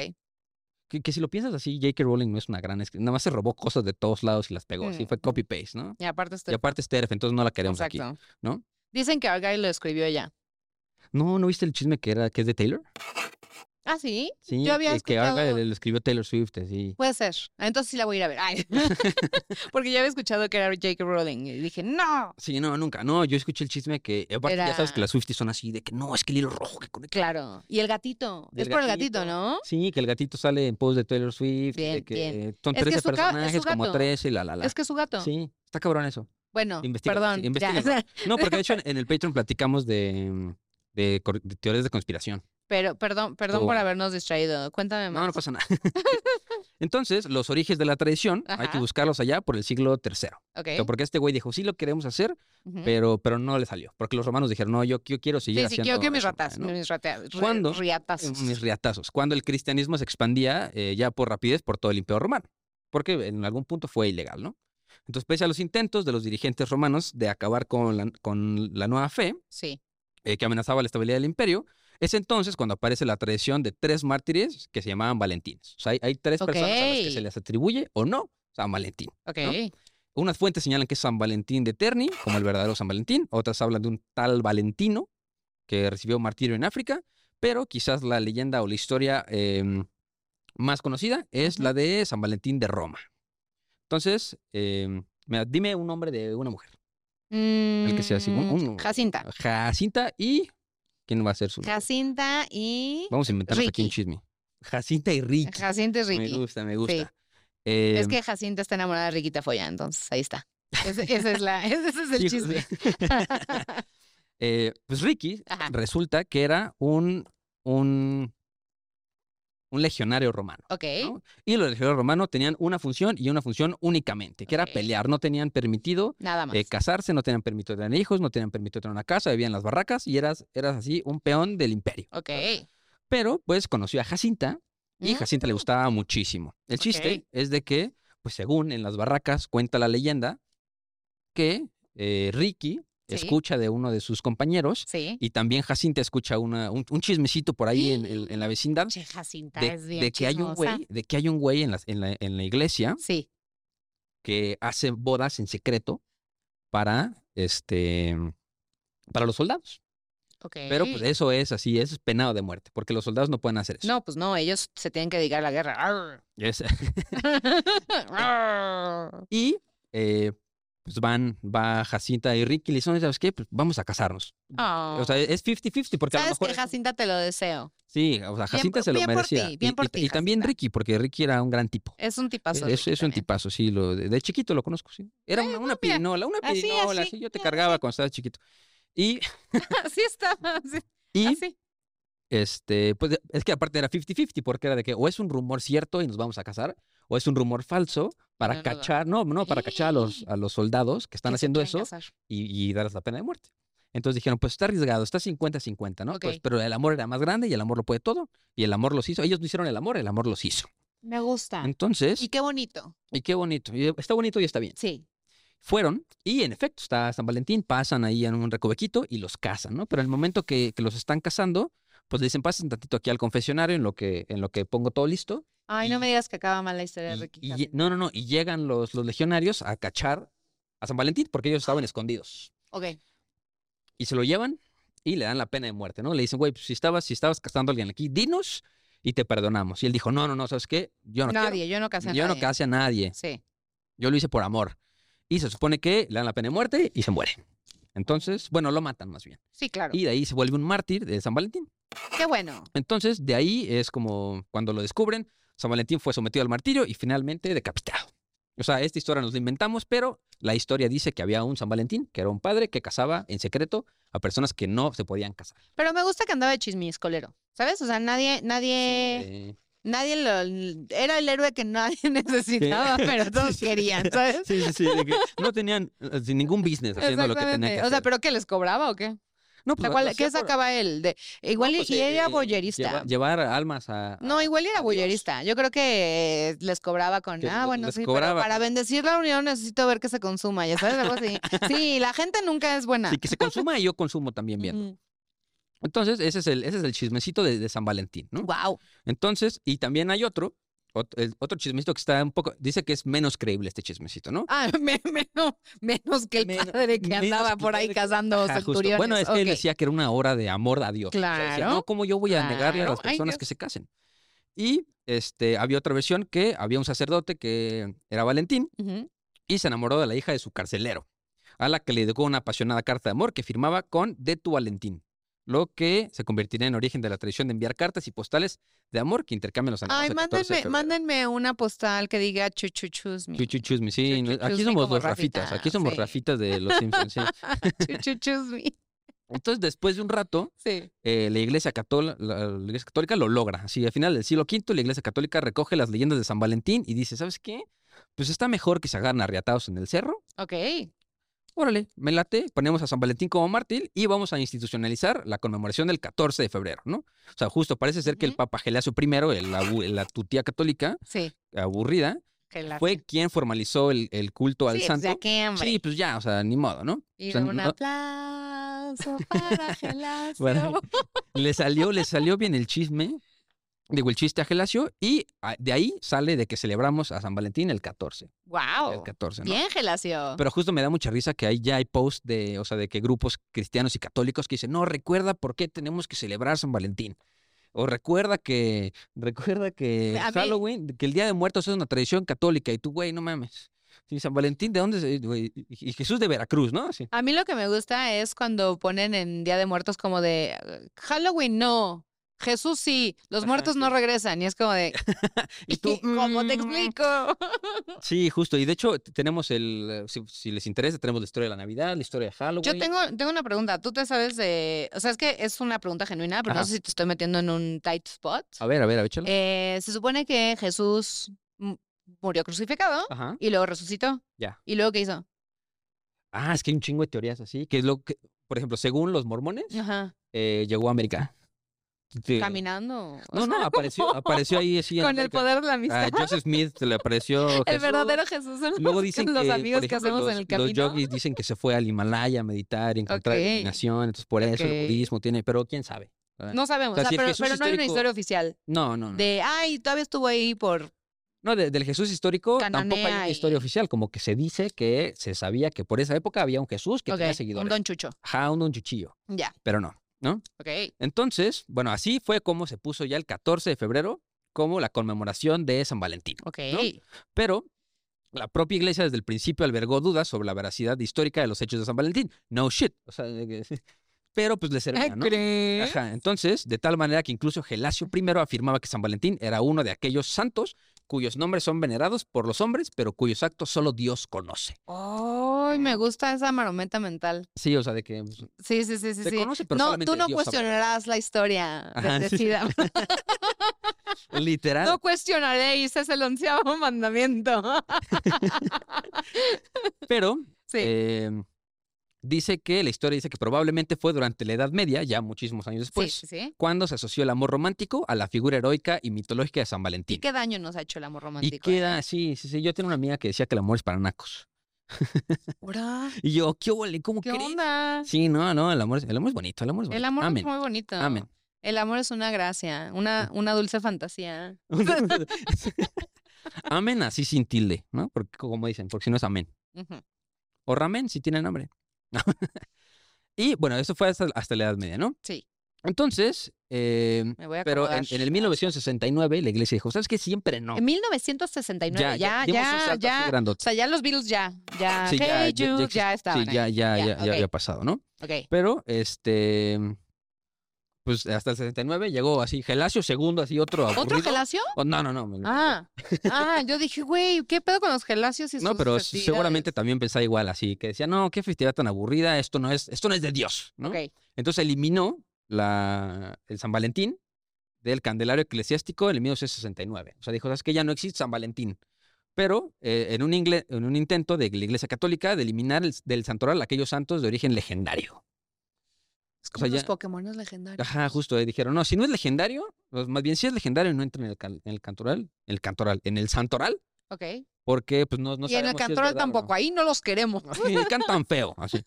A: Que, que si lo piensas así, J.K. Rowling no es una gran escritora. Nada más se robó cosas de todos lados y las pegó. Así
B: Mm.
A: fue copy-paste, ¿no?
B: Y aparte estoy...
A: Y aparte es TERF, entonces no la queremos
B: Exacto.
A: aquí. ¿no?
B: Dicen que Argyle lo escribió ella.
A: No, ¿no viste el chisme que era que es de Taylor?
B: ¿Ah, sí?
A: Sí,
B: Yo había
A: que- que ahora
B: escuchado-
A: le- le escribió Taylor Swift, así.
B: Puede ser. Ah, Entonces sí la voy a ir a ver. Ay. Porque yo había escuchado que era J.K. Rowling y dije, no.
A: Sí, no, nunca. No, yo escuché el chisme que eh, aparte ya sabes que
B: Era-
A: las Swifties son así de que no, es que el hilo rojo que conecta.
B: Claro. Y el gatito.
A: Y el
B: es por el gatito,
A: gatito.
B: ¿no?
A: Sí, que el gatito sale en pos de Taylor Swift, de
B: Bien,
A: que eh,
B: bien.
A: son
B: Es que
A: 13
B: es su ca- es su
A: personajes, como
B: gato.
A: 13 y la la la.
B: Es que es su gato.
A: Sí, está cabrón eso.
B: Bueno,
A: Investiga,
B: perdón.
A: sí,
B: ya.
A: investíguenlo. No, porque de hecho en, en el Patreon platicamos de, mm, de cor- de teorías de conspiración.
B: Pero perdón, perdón
A: Todo
B: por
A: bien.
B: habernos distraído. Cuéntame más.
A: No, no pasa nada. Entonces, los orígenes de la tradición hay que
B: Ajá.
A: buscarlos allá por el siglo III.
B: Ok.
A: O sea, porque este güey dijo, sí lo queremos hacer,
B: ujú.
A: pero, pero no le salió. Porque los romanos dijeron, no, yo, yo quiero seguir
B: sí, sí,
A: haciendo
B: quiero que mis
A: eso,
B: ratas,
A: ¿no?
B: mis ratas. ri-
A: ¿Cuándo? Eh,
B: Riatazos.
A: Mis riatazos. Cuando el cristianismo se expandía eh, ya por rapidez por todo el imperio romano. Porque en algún punto fue ilegal, ¿no? Entonces, pese a los intentos de los dirigentes romanos de acabar con la, con la nueva fe,
B: Sí.
A: eh, que amenazaba la estabilidad del imperio, es entonces cuando aparece la tradición de tres mártires que se llamaban valentinos. O sea, hay, hay tres personas a las que se
B: Ok.
A: les atribuye o no San Valentín.
B: Ok.
A: Unas fuentes señalan que es San Valentín de Terni, como el verdadero San Valentín. Otras hablan de un tal Valentino que recibió martirio en África. Pero quizás la leyenda o la historia em, más conocida es la de San Valentín de Roma. Entonces, em, mira, dime un nombre de una mujer. El que sea así. un- Ah,
B: Mm,
A: un-
B: Jacinta.
A: Jacinta y... ¿Quién va a ser su nombre?
B: Jacinta y.
A: Vamos a inventarnos aquí un
B: Ricky.
A: chisme. Jacinta y Ricky.
B: Jacinta y Ricky.
A: Me gusta, me gusta. Eh,
B: Es que Jacinta está enamorada de Riquita Folla, entonces ahí está. Ese, ese es la, ese es
A: sí,
B: el chisme.
A: eh, pues Ricky
B: Ajá.
A: resulta que era un, un, un legionario romano.
B: Ok.
A: ¿no? Y los legionarios romanos tenían una función y una función únicamente, que
B: Ok.
A: era pelear. No tenían permitido
B: Nada más.
A: eh, casarse, no tenían permitido tener hijos, no tenían permitido tener una casa, vivían en las barracas y eras, eras así un peón del imperio.
B: ok.
A: Pero pues conoció a Jacinta ah, y
B: Mm.
A: Jacinta le gustaba muchísimo. El chiste
B: Ok.
A: es de que, pues según en las barracas cuenta la leyenda, que eh, Ricky
B: Sí.
A: escucha de uno de sus compañeros
B: Sí.
A: y también Jacinta escucha una, un, un chismecito por ahí en, en- en la vecindad
B: Che, Jacinta
A: de,
B: es bien
A: de que hay un
B: chismosa.
A: güey, de que hay un güey en, las- en la, en la iglesia
B: Sí.
A: que hace bodas en secreto para este para los soldados.
B: Ok.
A: Pero pues eso es así, eso es penado de muerte, porque los soldados no pueden hacer eso.
B: No, pues no, ellos se tienen que dedicar a la guerra. Arr.
A: Es-
B: Arr.
A: Y eh, pues van, va Jacinta y Ricky y le dicen, "Oye, ¿sabes qué? Pues vamos a casarnos. O
B: Oh.
A: sea, es 50-50 porque a lo
B: Sabes
A: mejor...
B: que
A: es-
B: Jacinta te lo deseo.
A: Sí, o sea, Jacinta
B: por-
A: se lo
B: bien por
A: merecía.
B: ti, bien
A: Y-
B: por
A: y,
B: ti,
A: y también
B: Jacinta.
A: Ricky, porque Ricky era un gran tipo.
B: Es un tipazo.
A: E, Es,
B: Ricky
A: es un
B: también.
A: tipazo, sí, lo, de, de chiquito lo conozco, sí. Era una, una
B: mira,
A: pirinola, una
B: así,
A: pirinola,
B: así,
A: sí, yo te
B: así.
A: cargaba cuando estabas chiquito. Y,
B: Así está. Así.
A: y
B: así.
A: este, pues es que aparte era 50-50 porque era de que o es un rumor cierto y nos vamos a casar, o es un rumor falso para
B: No, no, no.
A: cachar, no, no, para cachar a los, a los soldados que están
B: Que se
A: haciendo
B: quieren
A: eso
B: casar.
A: y, y darles la pena de muerte. Entonces dijeron, pues está arriesgado, está 50-50, ¿no? Pues,
B: Ok.
A: pero el amor era más grande y el amor lo puede todo. Y el amor los hizo. Ellos no hicieron el amor, el amor los hizo.
B: Me gusta.
A: Entonces,
B: Ah, Y
A: y,
B: qué bonito.
A: qué bonito. y está bonito y está bien.
B: Sí.
A: Fueron, y en efecto, está San Valentín, pasan ahí en un recovequito y los casan, ¿no? Pero en el momento que, que los están casando, pues le dicen, pasen tantito aquí al confesionario en lo que, en lo que pongo todo listo.
B: Ay, no
A: Y-
B: me digas que acaba mal la historia de
A: Y-
B: Ricky.
A: y lle-
B: Jacinta.
A: no, no, no. Y llegan los, los legionarios a cachar a San Valentín porque ellos estaban escondidos.
B: Ok.
A: y se lo llevan y le dan la pena de muerte, ¿no? Le dicen, güey, pues, si estabas, si estabas casando a alguien aquí, dinos y te perdonamos. Y él dijo, no, no, no, ¿sabes qué? Yo no quiero.
B: Nadie, yo no casé a
A: Yo no
B: nadie.
A: casé a nadie.
B: Sí.
A: Yo lo hice por amor. Y se supone que le dan la pena de muerte y se muere. Entonces, bueno, lo matan más bien.
B: Sí, claro.
A: Y de ahí se vuelve un mártir de San Valentín.
B: Qué bueno.
A: Entonces, de ahí es como cuando lo descubren, San Valentín fue sometido al martirio y finalmente decapitado. O sea, esta historia nos la inventamos, pero la historia dice que había un San Valentín, que era un padre que casaba en secreto a personas que no se podían casar.
B: Pero me gusta que andaba de chismiscolero, ¿sabes? O sea, nadie, nadie,
A: Eh,
B: nadie lo, era el héroe que nadie necesitaba, pero todos
A: sí.
B: querían, ¿sabes?
A: Sí, sí, sí. de que no tenían eh, sin ningún business haciendo lo que tenían que
B: Exactamente.
A: hacer.
B: O sea, ¿pero qué les cobraba o qué?
A: no,
B: O sea,
A: lo-
B: ¿cuál-
A: lo hacía
B: ¿Qué
A: por-
B: sacaba él? De, igual y-
A: pues,
B: y ella
A: eh,
B: boyerista.
A: lleva- Llevar almas a...
B: No, igual era bullerista. Yo creo que eh, les cobraba con,
A: Que
B: ah,
A: le-
B: bueno,
A: les
B: sí,
A: cobraba.
B: pero para bendecir la unión necesito ver que se consuma, ya sabes, algo así. Sí, la gente nunca es buena.
A: Sí, que se consuma y yo consumo también bien. Entonces, ese es el, ese es el chismecito de, de San Valentín, ¿no?
B: Wow.
A: Entonces, y también hay otro, ot- el- otro chismecito que está un poco, dice que es menos creíble este chismecito, ¿no?
B: Ah, me- menos, menos que el
A: Menos-
B: padre que
A: menos
B: andaba
A: que
B: por
A: el
B: ahí
A: padre que-
B: cazando
A: Ajá, justo.
B: centuriones.
A: Bueno, es que él
B: Ok.
A: decía que era una hora de amor a Dios. O sea, decía,
B: Claro,
A: no, ¿cómo yo voy a negarle a las
B: claro. Ay,
A: personas
B: Dios.
A: que se casen? Y este, había otra versión que había un sacerdote que era Valentín
B: Ujú.
A: y se enamoró de la hija de su carcelero, a la que le dedicó una apasionada carta de amor que firmaba con De tu Valentín, lo que se convertiría en origen de la tradición de enviar cartas y postales de amor que intercambian los enamorados.
B: Ay,
A: el 14 de
B: mándenme,
A: febrero.
B: mándenme una postal que diga chuchuchus mi.
A: Chuchu chusmi, sí.
B: Chuchu
A: no- aquí
B: chusmi
A: somos
B: como
A: los rafitas,
B: Rafita,
A: aquí somos
B: sí.
A: rafitas de los Simpsons, sí.
B: Chuchuchus mi.
A: Entonces, después de un rato,
B: Sí.
A: eh, la, iglesia catol- la, la Iglesia Católica lo logra. Así, al final del siglo V, la Iglesia Católica recoge las leyendas de San Valentín y dice, ¿sabes qué? Pues está mejor que se agarren arriatados en el cerro.
B: Ok.
A: Órale, me late, ponemos a San Valentín como mártir y vamos a institucionalizar la conmemoración del 14 de febrero, ¿no? O sea, justo parece ser que el
B: Ujú.
A: Papa Geleazo I, el abu- la tutía católica
B: Sí.
A: aburrida,
B: que la-
A: fue quien formalizó el, el culto al
B: Sí, pues,
A: santo.
B: ya qué, hombre.
A: Sí, pues ya, o sea, ni modo, ¿no?
B: Y
A: O sea,
B: un
A: no-
B: aplauso para Gelasio.
A: Bueno, le salió, le salió bien el chisme, digo, el chiste a Gelacio, y ah, de ahí sale de que celebramos a San Valentín el 14. El
B: wow.
A: 14, ¿no?
B: Oh, Bien, Gelasio.
A: Pero justo me da mucha risa que ahí ya hay posts de, o sea, de que grupos cristianos y católicos que dicen, no, recuerda por qué tenemos que celebrar San Valentín. O recuerda que, recuerda que
B: A mí-
A: Halloween, que el Día de Muertos es una tradición católica y tú, güey, no mames. Sí, San Valentín, ¿de dónde? se- güey? Y y Jesús de Veracruz, ¿no? Sí.
B: A mí lo que me gusta es cuando ponen en Día de Muertos como de "Eh, Halloween no, Jesús sí, los
A: Ajá,
B: muertos no
A: sí.
B: regresan. Y es como de,
A: Y tú,
B: ¿cómo te
A: mm,
B: explico?
A: Sí, justo. Y de hecho, t- tenemos el. eh, Si, si les interesa, tenemos la historia de la Navidad, la historia de Halloween.
B: Yo tengo, tengo una pregunta. ¿Tú te sabes de.? O sea, es que es una pregunta genuina, pero no
A: Ajá.
B: sé si te estoy metiendo en un tight spot.
A: A ver, a ver, a ver, échala.
B: Eh, se supone que Jesús mu- murió crucificado
A: Ajá.
B: y luego resucitó.
A: Ya.
B: ¿Y luego qué hizo?
A: Ah, es que hay un chingo de teorías así. Que es lo que. Por ejemplo, según los mormones,
B: Ajá.
A: eh, llegó a América. Sí.
B: Caminando. o
A: No, no,
B: sea,
A: apareció,
B: como
A: apareció ahí así. en
B: Con el
A: América.
B: poder de la
A: A
B: amistad.
A: Joseph Smith le apareció.
B: el
A: Jesús.
B: verdadero Jesús son los,
A: Luego dicen
B: los
A: que, por
B: amigos que
A: ejemplo,
B: hacemos
A: los,
B: en el
A: los
B: camino.
A: yogis dicen que se fue al Himalaya a meditar y encontrar
B: Ok.
A: iluminación, entonces por eso
B: Ok.
A: el budismo tiene, pero quién sabe.
B: No sabemos,
A: O sea,
B: o sea,
A: si el Mm.
B: pero,
A: Jesús
B: pero no hay una
A: histórico-
B: historia oficial
A: No, no, no.
B: de, ay, todavía estuvo ahí por...
A: No, de- del Jesús histórico tampoco hay
B: Cananea
A: una historia
B: y-
A: oficial, como que se dice que se sabía que por esa época había un Jesús que
B: Ok,
A: tenía
B: un
A: seguidores.
B: don Chucho.
A: Ajá, un don Chuchillo,
B: Ya,
A: pero no, ¿no?
B: ok.
A: Entonces, bueno, así fue como se puso ya el 14 de febrero como la conmemoración de San Valentín.
B: Ok.
A: Pero la propia iglesia desde el principio albergó dudas sobre la veracidad histórica de los hechos de San Valentín. No shit. O sea, de que- pero pues le servía, ¿no?
B: ¿Eh, ¿Crees?
A: Ajá, entonces, de tal manera que incluso Gelasio I afirmaba que San Valentín era uno de aquellos santos cuyos nombres son venerados por los hombres, pero cuyos actos solo Dios conoce.
B: Ay, me gusta esa marometa mental.
A: Sí, o sea, de que pues,
B: Sí, sí, sí, sí.
A: se
B: sí.
A: conoce, pero
B: no,
A: solamente
B: tú no
A: Dios sabe.
B: cuestionarás la historia
A: Ajá,
B: de, de
A: Ah, sí, sí.
B: Sida.
A: Literal.
B: No cuestionaréis, es el onceavo mandamiento.
A: Pero
B: Sí.
A: eh, dice que la historia dice que probablemente fue durante la Edad Media, ya muchísimos años
B: sí,
A: después,
B: sí, sí.
A: cuando se asoció el amor romántico a la figura heroica y mitológica de San Valentín.
B: ¿Qué daño nos ha hecho el amor
A: Y
B: romántico? ¿eh?
A: queda, sí, sí, sí. Yo tengo una amiga que decía que el amor es para nacos.
B: Ahora,
A: Y yo, ¿qué ole? ¿Cómo
B: ¿Qué
A: crees?
B: onda?
A: Sí, no, no, el amor, es- el amor es bonito, el amor es bonito.
B: El amor
A: Amén.
B: es muy bonito.
A: Amén.
B: El amor es una gracia, una, una dulce fantasía.
A: Amén así sin tilde, ¿no? Porque como dicen, porque si no es amén.
B: Ujú.
A: O ramen si tienen hambre. y bueno, eso fue hasta, hasta la Edad Media, ¿no?
B: Sí.
A: Entonces, eh,
B: Me voy a
A: pero en,
B: acomodar.
A: en el 1969 la iglesia dijo, ¿sabes qué? Siempre no.
B: En 1969, ya,
A: dimos un
B: ya,
A: salto así
B: ya. O
A: grandote.
B: sea, ya los Beatles ya, ya.
A: Sí, ya,
B: hey
A: ya- ya
B: Jude,
A: exist-
B: ya estaban
A: Sí, ya,
B: ahí.
A: ya,
B: Ya,
A: ya, ya
B: ok.
A: había pasado, ¿no?
B: Ok.
A: Pero, este. Pues hasta el 69 llegó así, Gelacio segundo, así otro
B: ¿Otro
A: aburrido.
B: gelacio?
A: Oh, no, no, no.
B: Ah, ah, yo dije, güey, ¿qué pedo con los gelacios y
A: No,
B: sus
A: pero s-
B: festividades?
A: seguramente también pensaba igual, así que decía, no, qué festividad tan aburrida, esto no es, esto no es de Dios, ¿no?
B: Ok,
A: Entonces eliminó la, el San Valentín del Candelario Eclesiástico en el 1969. O sea, dijo, ¿sabes que Ya no existe San Valentín. Pero eh, en, un ingle- en un intento de la Iglesia Católica de eliminar el- del santoral aquellos santos de origen legendario.
B: es como
A: O sea,
B: los
A: ya-
B: Pokémonos legendarios.
A: Ajá, justo, eh, dijeron, no, si no es legendario, pues, más bien si es legendario no entra en el, cal- en el cantoral, el cantoral, en el santoral,
B: Ah, Ok.
A: porque pues no, no
B: y en el
A: sabemos si es
B: cantoral
A: verdad o no.
B: tampoco, ahí no los queremos.
A: Así, cantan feo, así.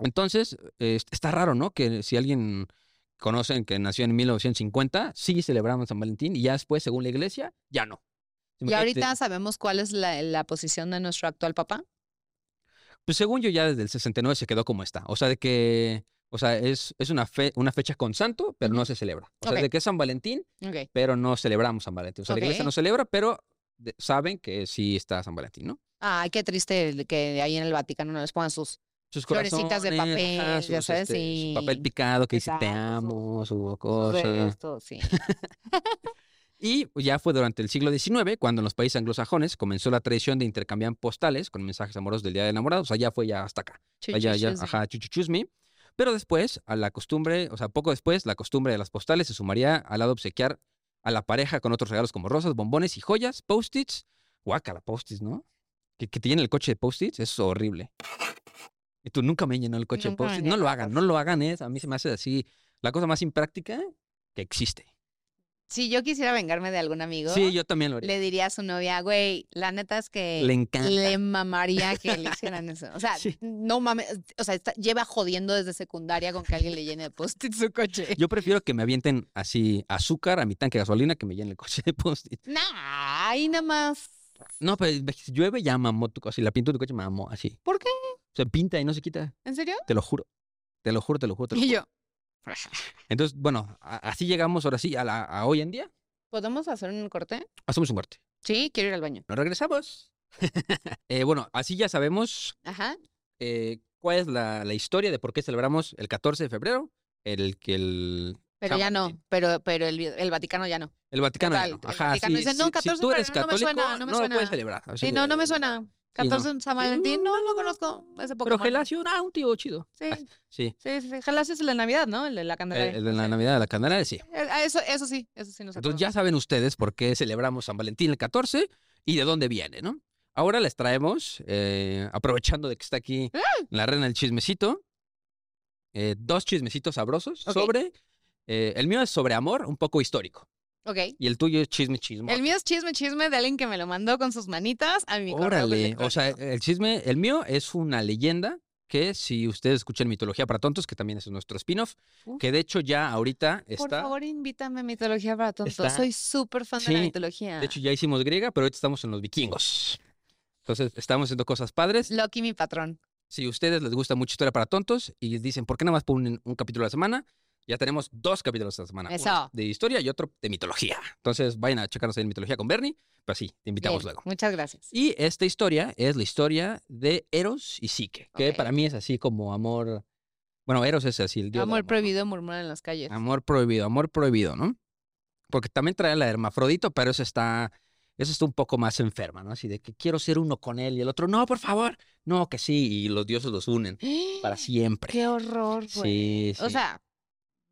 A: Entonces, eh, est- está raro, ¿no? Que si alguien conocen que nació en 1950, sí celebraban San Valentín y ya después, según la iglesia, ya no.
B: Y
A: Este,
B: ahorita sabemos cuál es la, la posición de nuestro actual papá.
A: Pues según yo, ya desde el 69 se quedó como está. O sea, de que. O sea, es, es una, fe, una fecha con santo, pero no se celebra. O sea,
B: Ok.
A: de que es San Valentín,
B: Ok.
A: pero no celebramos San Valentín. O sea, la iglesia
B: Ok.
A: no celebra, pero de- saben que sí está San Valentín, ¿no?
B: Ay, qué triste el- que ahí en el Vaticano no les pongan sus.
A: sus
B: Florecitas de
A: corazones, ajá,
B: papel, ya
A: sus,
B: sabes,
A: este, su papel
B: sí.
A: picado que dice te
B: Exacto, sus-
A: amo, su
B: sus
A: cosa.
B: esto, sí.
A: Y pues, ya fue durante el siglo XIX cuando en los países anglosajones comenzó la tradición de intercambiar postales con mensajes amorosos del Día de Enamorados. O sea, ya fue ya hasta acá. O sea, ya, ya,
B: Chuchuchus,
A: ajá, chuchuchusmi. Pero después, a la costumbre, o sea, poco después, la costumbre de las postales se sumaría al lado de obsequiar a la pareja con otros regalos como rosas, bombones y joyas, post-its. Guácala, post-its, ¿no? Que, que te llenen el coche de post-its, es horrible. Y tú nunca me llenó el coche de
B: Nunca me
A: post-its. No lo
B: llenó el
A: hagan, no lo hagan, es. A mí se me hace así la cosa más impráctica que existe.
B: Si yo quisiera vengarme de algún amigo,
A: Sí, yo también lo haría.
B: le diría a su novia, güey, la neta es que
A: Le encanta.
B: le mamaría que le hicieran eso. O sea,
A: Sí.
B: no mames, o sea, está- lleva jodiendo desde secundaria con que alguien le llene de post-it su coche.
A: Yo prefiero que me avienten así azúcar a mi tanque de gasolina que me llene el coche de post-it.
B: Nah, ahí nada más.
A: No, pero si llueve ya mamó tu coche. La pintura de tu coche mamó así.
B: ¿Por qué?
A: Se pinta y no se quita.
B: ¿En serio?
A: Te lo juro. Te lo juro, te lo juro, te lo
B: Y
A: juro.
B: yo,
A: Entonces, bueno, a- así llegamos ahora sí a, la, a hoy en día.
B: ¿podemos hacer un corte?
A: Hacemos un corte.
B: Sí, quiero ir al baño.
A: Nos regresamos. Eh, bueno, así ya sabemos
B: Ajá.
A: eh, cuál es la, la historia de por qué celebramos el 14 de febrero. El que el,
B: Pero
A: San
B: ya no,
A: Valentín.
B: pero, pero el, el Vaticano ya no.
A: el Vaticano. ya
B: Total,
A: no.
B: el
A: Ajá,
B: Vaticano
A: sí,
B: dice,
A: sí,
B: "No,
A: si,
B: 14
A: tú eres
B: pero no me
A: católico, no,
B: suena, no me
A: lo puedes
B: suena".
A: celebrar. Así
B: Sí, no,
A: de-
B: no me suena.
A: no.
B: 14 en San Valentín, no, no conozco ese poco.
A: Pero Gelacio, ah, un tío chido.
B: Sí,
A: Ah, Sí.
B: sí, sí. Gelacio es el de Navidad, ¿no? El de la
A: Eh,
B: Candelaria.
A: El de la Navidad de la Candelaria, sí.
B: Eh, ah, Eso, eso sí, eso sí nos
A: Entonces
B: acordamos.
A: ya saben ustedes por qué celebramos San Valentín el 14 y de dónde viene, ¿no? Ahora les traemos, eh, aprovechando de que está aquí
B: ¡Ah!
A: la reina del chismecito, eh, dos chismecitos sabrosos
B: Ok.
A: sobre... eh, el mío es sobre amor, un poco histórico.
B: Ok.
A: Y el tuyo es chisme, chisme.
B: El mío es chisme, chisme de alguien que me lo mandó con sus manitas a mi correo
A: Órale, o sea,
B: electrónico.
A: el chisme, el mío es una leyenda que si ustedes escuchan Mitología para Tontos, que también es nuestro spin-off,
B: Uf.
A: que de hecho ya ahorita está...
B: Por favor, invítame a mitología para tontos.
A: Está-
B: Soy súper fan de la
A: Sí,
B: mitología.
A: De hecho, ya hicimos griega, pero ahorita estamos en los vikingos. Entonces, estamos haciendo cosas padres.
B: Loki, mi patrón.
A: Si a ustedes les gusta mucho Historia para Tontos y dicen, ¿por qué nada más ponen un capítulo a la semana? Ya tenemos dos capítulos a la semana. uno
B: Eso.
A: de historia y otro de mitología. Entonces, vayan a checarnos ahí en Mitología con Bernie. Pero sí, te invitamos
B: Bien,
A: luego.
B: Muchas gracias.
A: Y esta historia es la historia de Eros y Psique, que
B: Ok.
A: para mí es así como amor... Bueno, Eros es así el dios del
B: Amor
A: amor.
B: prohibido murmura en las calles.
A: Amor prohibido, amor prohibido, ¿no? Porque también trae la de hermafrodito, pero eso está, eso está un poco más enferma, ¿no? Así de que quiero ser uno con él y el otro, no, por favor, no, que sí, y los dioses los unen para siempre.
B: Qué horror, güey.
A: sí, sí.
B: O sea,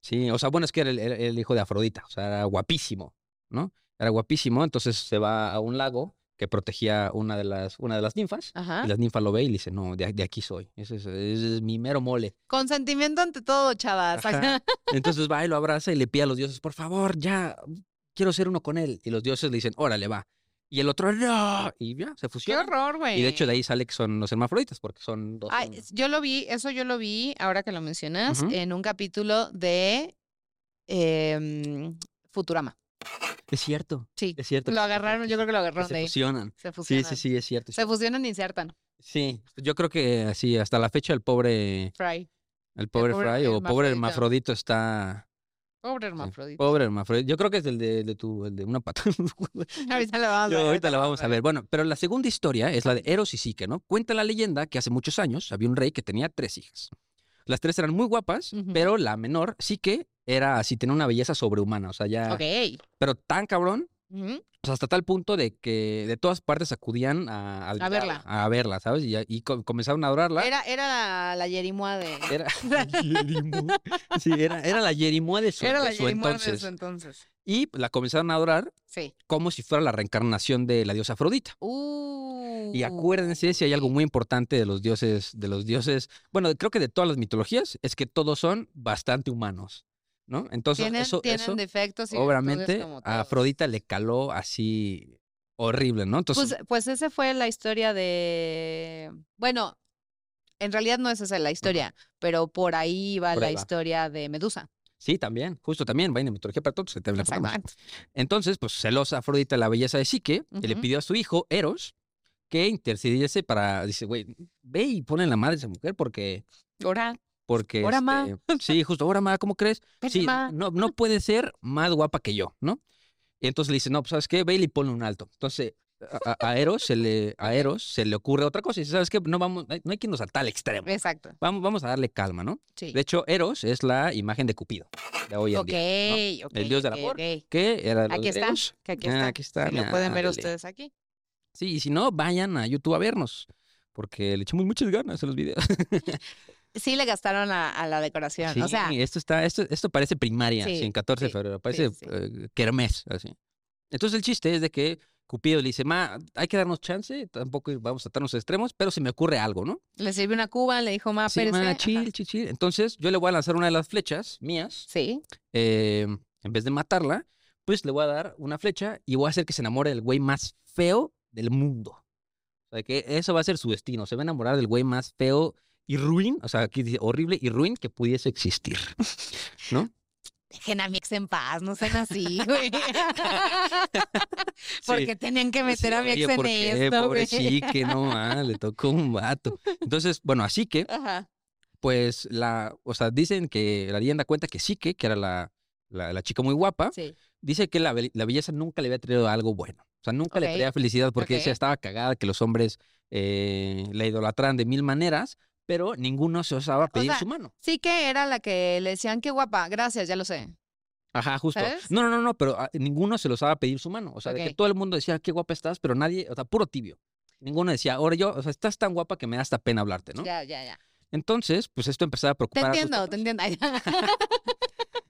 A: sí, o sea, bueno, es que era el, era el hijo de Afrodita, o sea, era guapísimo, ¿no? Era guapísimo, entonces se va a un lago que protegía una de las, una de las ninfas,
B: Ajá.
A: y las ninfas lo ve y le dice, no, de, de aquí soy, ese es, ese es mi mero mole.
B: Consentimiento ante todo, chavas.
A: Ajá. Entonces va y lo abraza y le pide a los dioses, por favor, ya, quiero ser uno con él. Y los dioses le dicen, órale, va. Y el otro, no. Y ya, se
B: Qué
A: fusionan.
B: horror, güey.
A: Y de hecho de ahí sale que son los hermafroditas, porque son dos.
B: Ay,
A: en uno.
B: es- yo lo vi, eso yo lo vi, ahora que lo mencionas,
A: Ujú.
B: en un capítulo de em, Futurama.
A: Es cierto.
B: Sí.
A: Es cierto.
B: Lo agarraron, yo creo que lo agarraron de
A: Se
B: ahí.
A: fusionan.
B: Se
A: Sí,
B: fusionan.
A: sí, sí, es cierto.
B: Se fusionan y insertan.
A: Sí, yo creo que así, hasta la fecha el pobre,
B: Fry.
A: el pobre,
B: pobre
A: Fry o pobre
B: hermafrodita.
A: hermafrodito está...
B: Pobre
A: sí,
B: hermafrodita.
A: Pobre hermafrodito. Yo creo que es el de, de tu, el de una pata.
B: Ahorita la vamos a
A: Yo
B: ver.
A: ahorita la vamos a ver. Bueno, pero la segunda historia es la de Eros y Psique, ¿no? Cuenta la leyenda que hace muchos años había un rey que tenía tres hijas. Las tres eran muy guapas,
B: Ujú.
A: pero la menor sí que era así, tenía una belleza sobrehumana, o sea, ya...
B: Ok.
A: Pero tan cabrón,
B: Ujú.
A: o sea, hasta tal punto de que de todas partes acudían a,
B: A verla.
A: A verla, ¿sabes? Y, y co- comenzaron a adorarla.
B: Era, era la, la Yerimoa de.
A: Era, Yerimua. sí, era, era la Yerimua de su,
B: Era
A: de
B: la
A: su
B: Yerimoa de
A: entonces.
B: su entonces.
A: Y la comenzaron a adorar
B: Sí.
A: como si fuera la reencarnación de la diosa Afrodita.
B: Uh,
A: Y acuérdense si hay algo muy importante de los dioses, de los dioses, bueno, creo que de todas las mitologías, es que todos son bastante humanos, ¿no? Entonces,
B: Tienen,
A: eso,
B: tienen
A: eso
B: defectos y virtudes
A: obviamente
B: como
A: a
B: todos.
A: Afrodita le caló así horrible, ¿no? Entonces,
B: Pues, pues esa fue la historia de. Bueno, en realidad no es esa la historia, pero por ahí va
A: Por
B: la
A: ahí va.
B: historia de Medusa.
A: sí, también, justo también, vaina de mitología para todos, también la ponemos.
B: Exactamente.
A: Entonces, pues celosa Afrodita de la belleza de Psique, que le
B: Ujú.
A: pidió a su hijo, Eros, que intercediese para, dice, güey, ve y ponle la madre a esa mujer porque
B: Ahora,
A: Porque.
B: Ahora ma.
A: este, Sí, justo. Ahora, ma, ¿cómo crees?
B: Pero
A: sí,
B: ma.
A: no, no puede ser más guapa que yo, ¿no? Y entonces le dice, no, pues, ¿sabes qué? Ve y le ponle un alto. Entonces, a, a- a Eros se le, a Eros se le ocurre otra cosa. Y dice, ¿sabes qué? No, vamos, no hay que irnos a tal extremo.
B: exacto.
A: Vamos, vamos a darle calma, ¿no?
B: Sí.
A: De hecho, Eros es la imagen de Cupido de hoy en
B: ok,
A: día.
B: ok.
A: El dios del
B: ok,
A: amor.
B: ok.
A: ¿Qué era lo
B: Aquí
A: de
B: está,
A: Eros?
B: que aquí
A: Ah,
B: está.
A: Aquí está.
B: Sí, lo pueden ver
A: ándale.
B: ustedes aquí.
A: Sí, y si no, vayan a YouTube a vernos. Porque le echamos muchas ganas a los videos.
B: Sí le gastaron a, a la decoración.
A: Sí,
B: o sea,
A: esto está, esto, esto parece primaria,
B: Sí,
A: sí, en 14 de
B: sí,
A: febrero, parece
B: sí.
A: eh, kermés, así. Entonces el chiste es de que Cupido le dice, ma, hay que darnos chance, tampoco vamos a atarnos a extremos, pero se me ocurre algo, ¿no?
B: le sirvió una cuba, le dijo, ma,
A: Sí,
B: espérese".
A: ma,
B: Ah, Ajá.
A: chill, chill, chill. Entonces yo le voy a lanzar una de las flechas mías,
B: Sí.
A: eh, en vez de matarla, pues le voy a dar una flecha y voy a hacer que se enamore del güey más feo del mundo. O sea, que eso va a ser su destino, se va a enamorar del güey más feo y ruin, o sea, aquí dice horrible y ruin que pudiese existir.
B: Dejen a mi ex en paz, no sean así, güey. Porque tenían que meter a mi ex en esto,
A: Pobre
B: güey.
A: chique, no, ah, le tocó un vato. Entonces, bueno, así que,
B: Ajá.
A: pues, la, o sea, dicen que la leyenda cuenta que Sique, que era la, la, la chica muy guapa,
B: Sí.
A: dice que la, be- la belleza nunca le había traído algo bueno. O sea, nunca le
B: Ok,
A: traía felicidad porque decía
B: ok.
A: estaba cagada que los hombres eh, la idolatran de mil maneras, pero ninguno se osaba pedir
B: sea,
A: su mano.
B: Sí que era la que le decían, qué guapa, gracias, ya lo sé.
A: Ajá, justo.
B: ¿sabes?
A: No, no, no, no, pero ah, ninguno se los daba a pedir su mano. O sea, de que
B: Ok.
A: todo el mundo decía, "Ah, qué guapa estás, pero nadie, o sea, puro tibio. Ninguno decía, ahora yo, o sea, estás tan guapa que me da hasta pena hablarte, ¿no?
B: Ya, ya, ya.
A: Entonces, pues esto empezaba a
B: Te
A: preocupar a
B: entiendo,
A: sus
B: te
A: papás.
B: entiendo. Ay,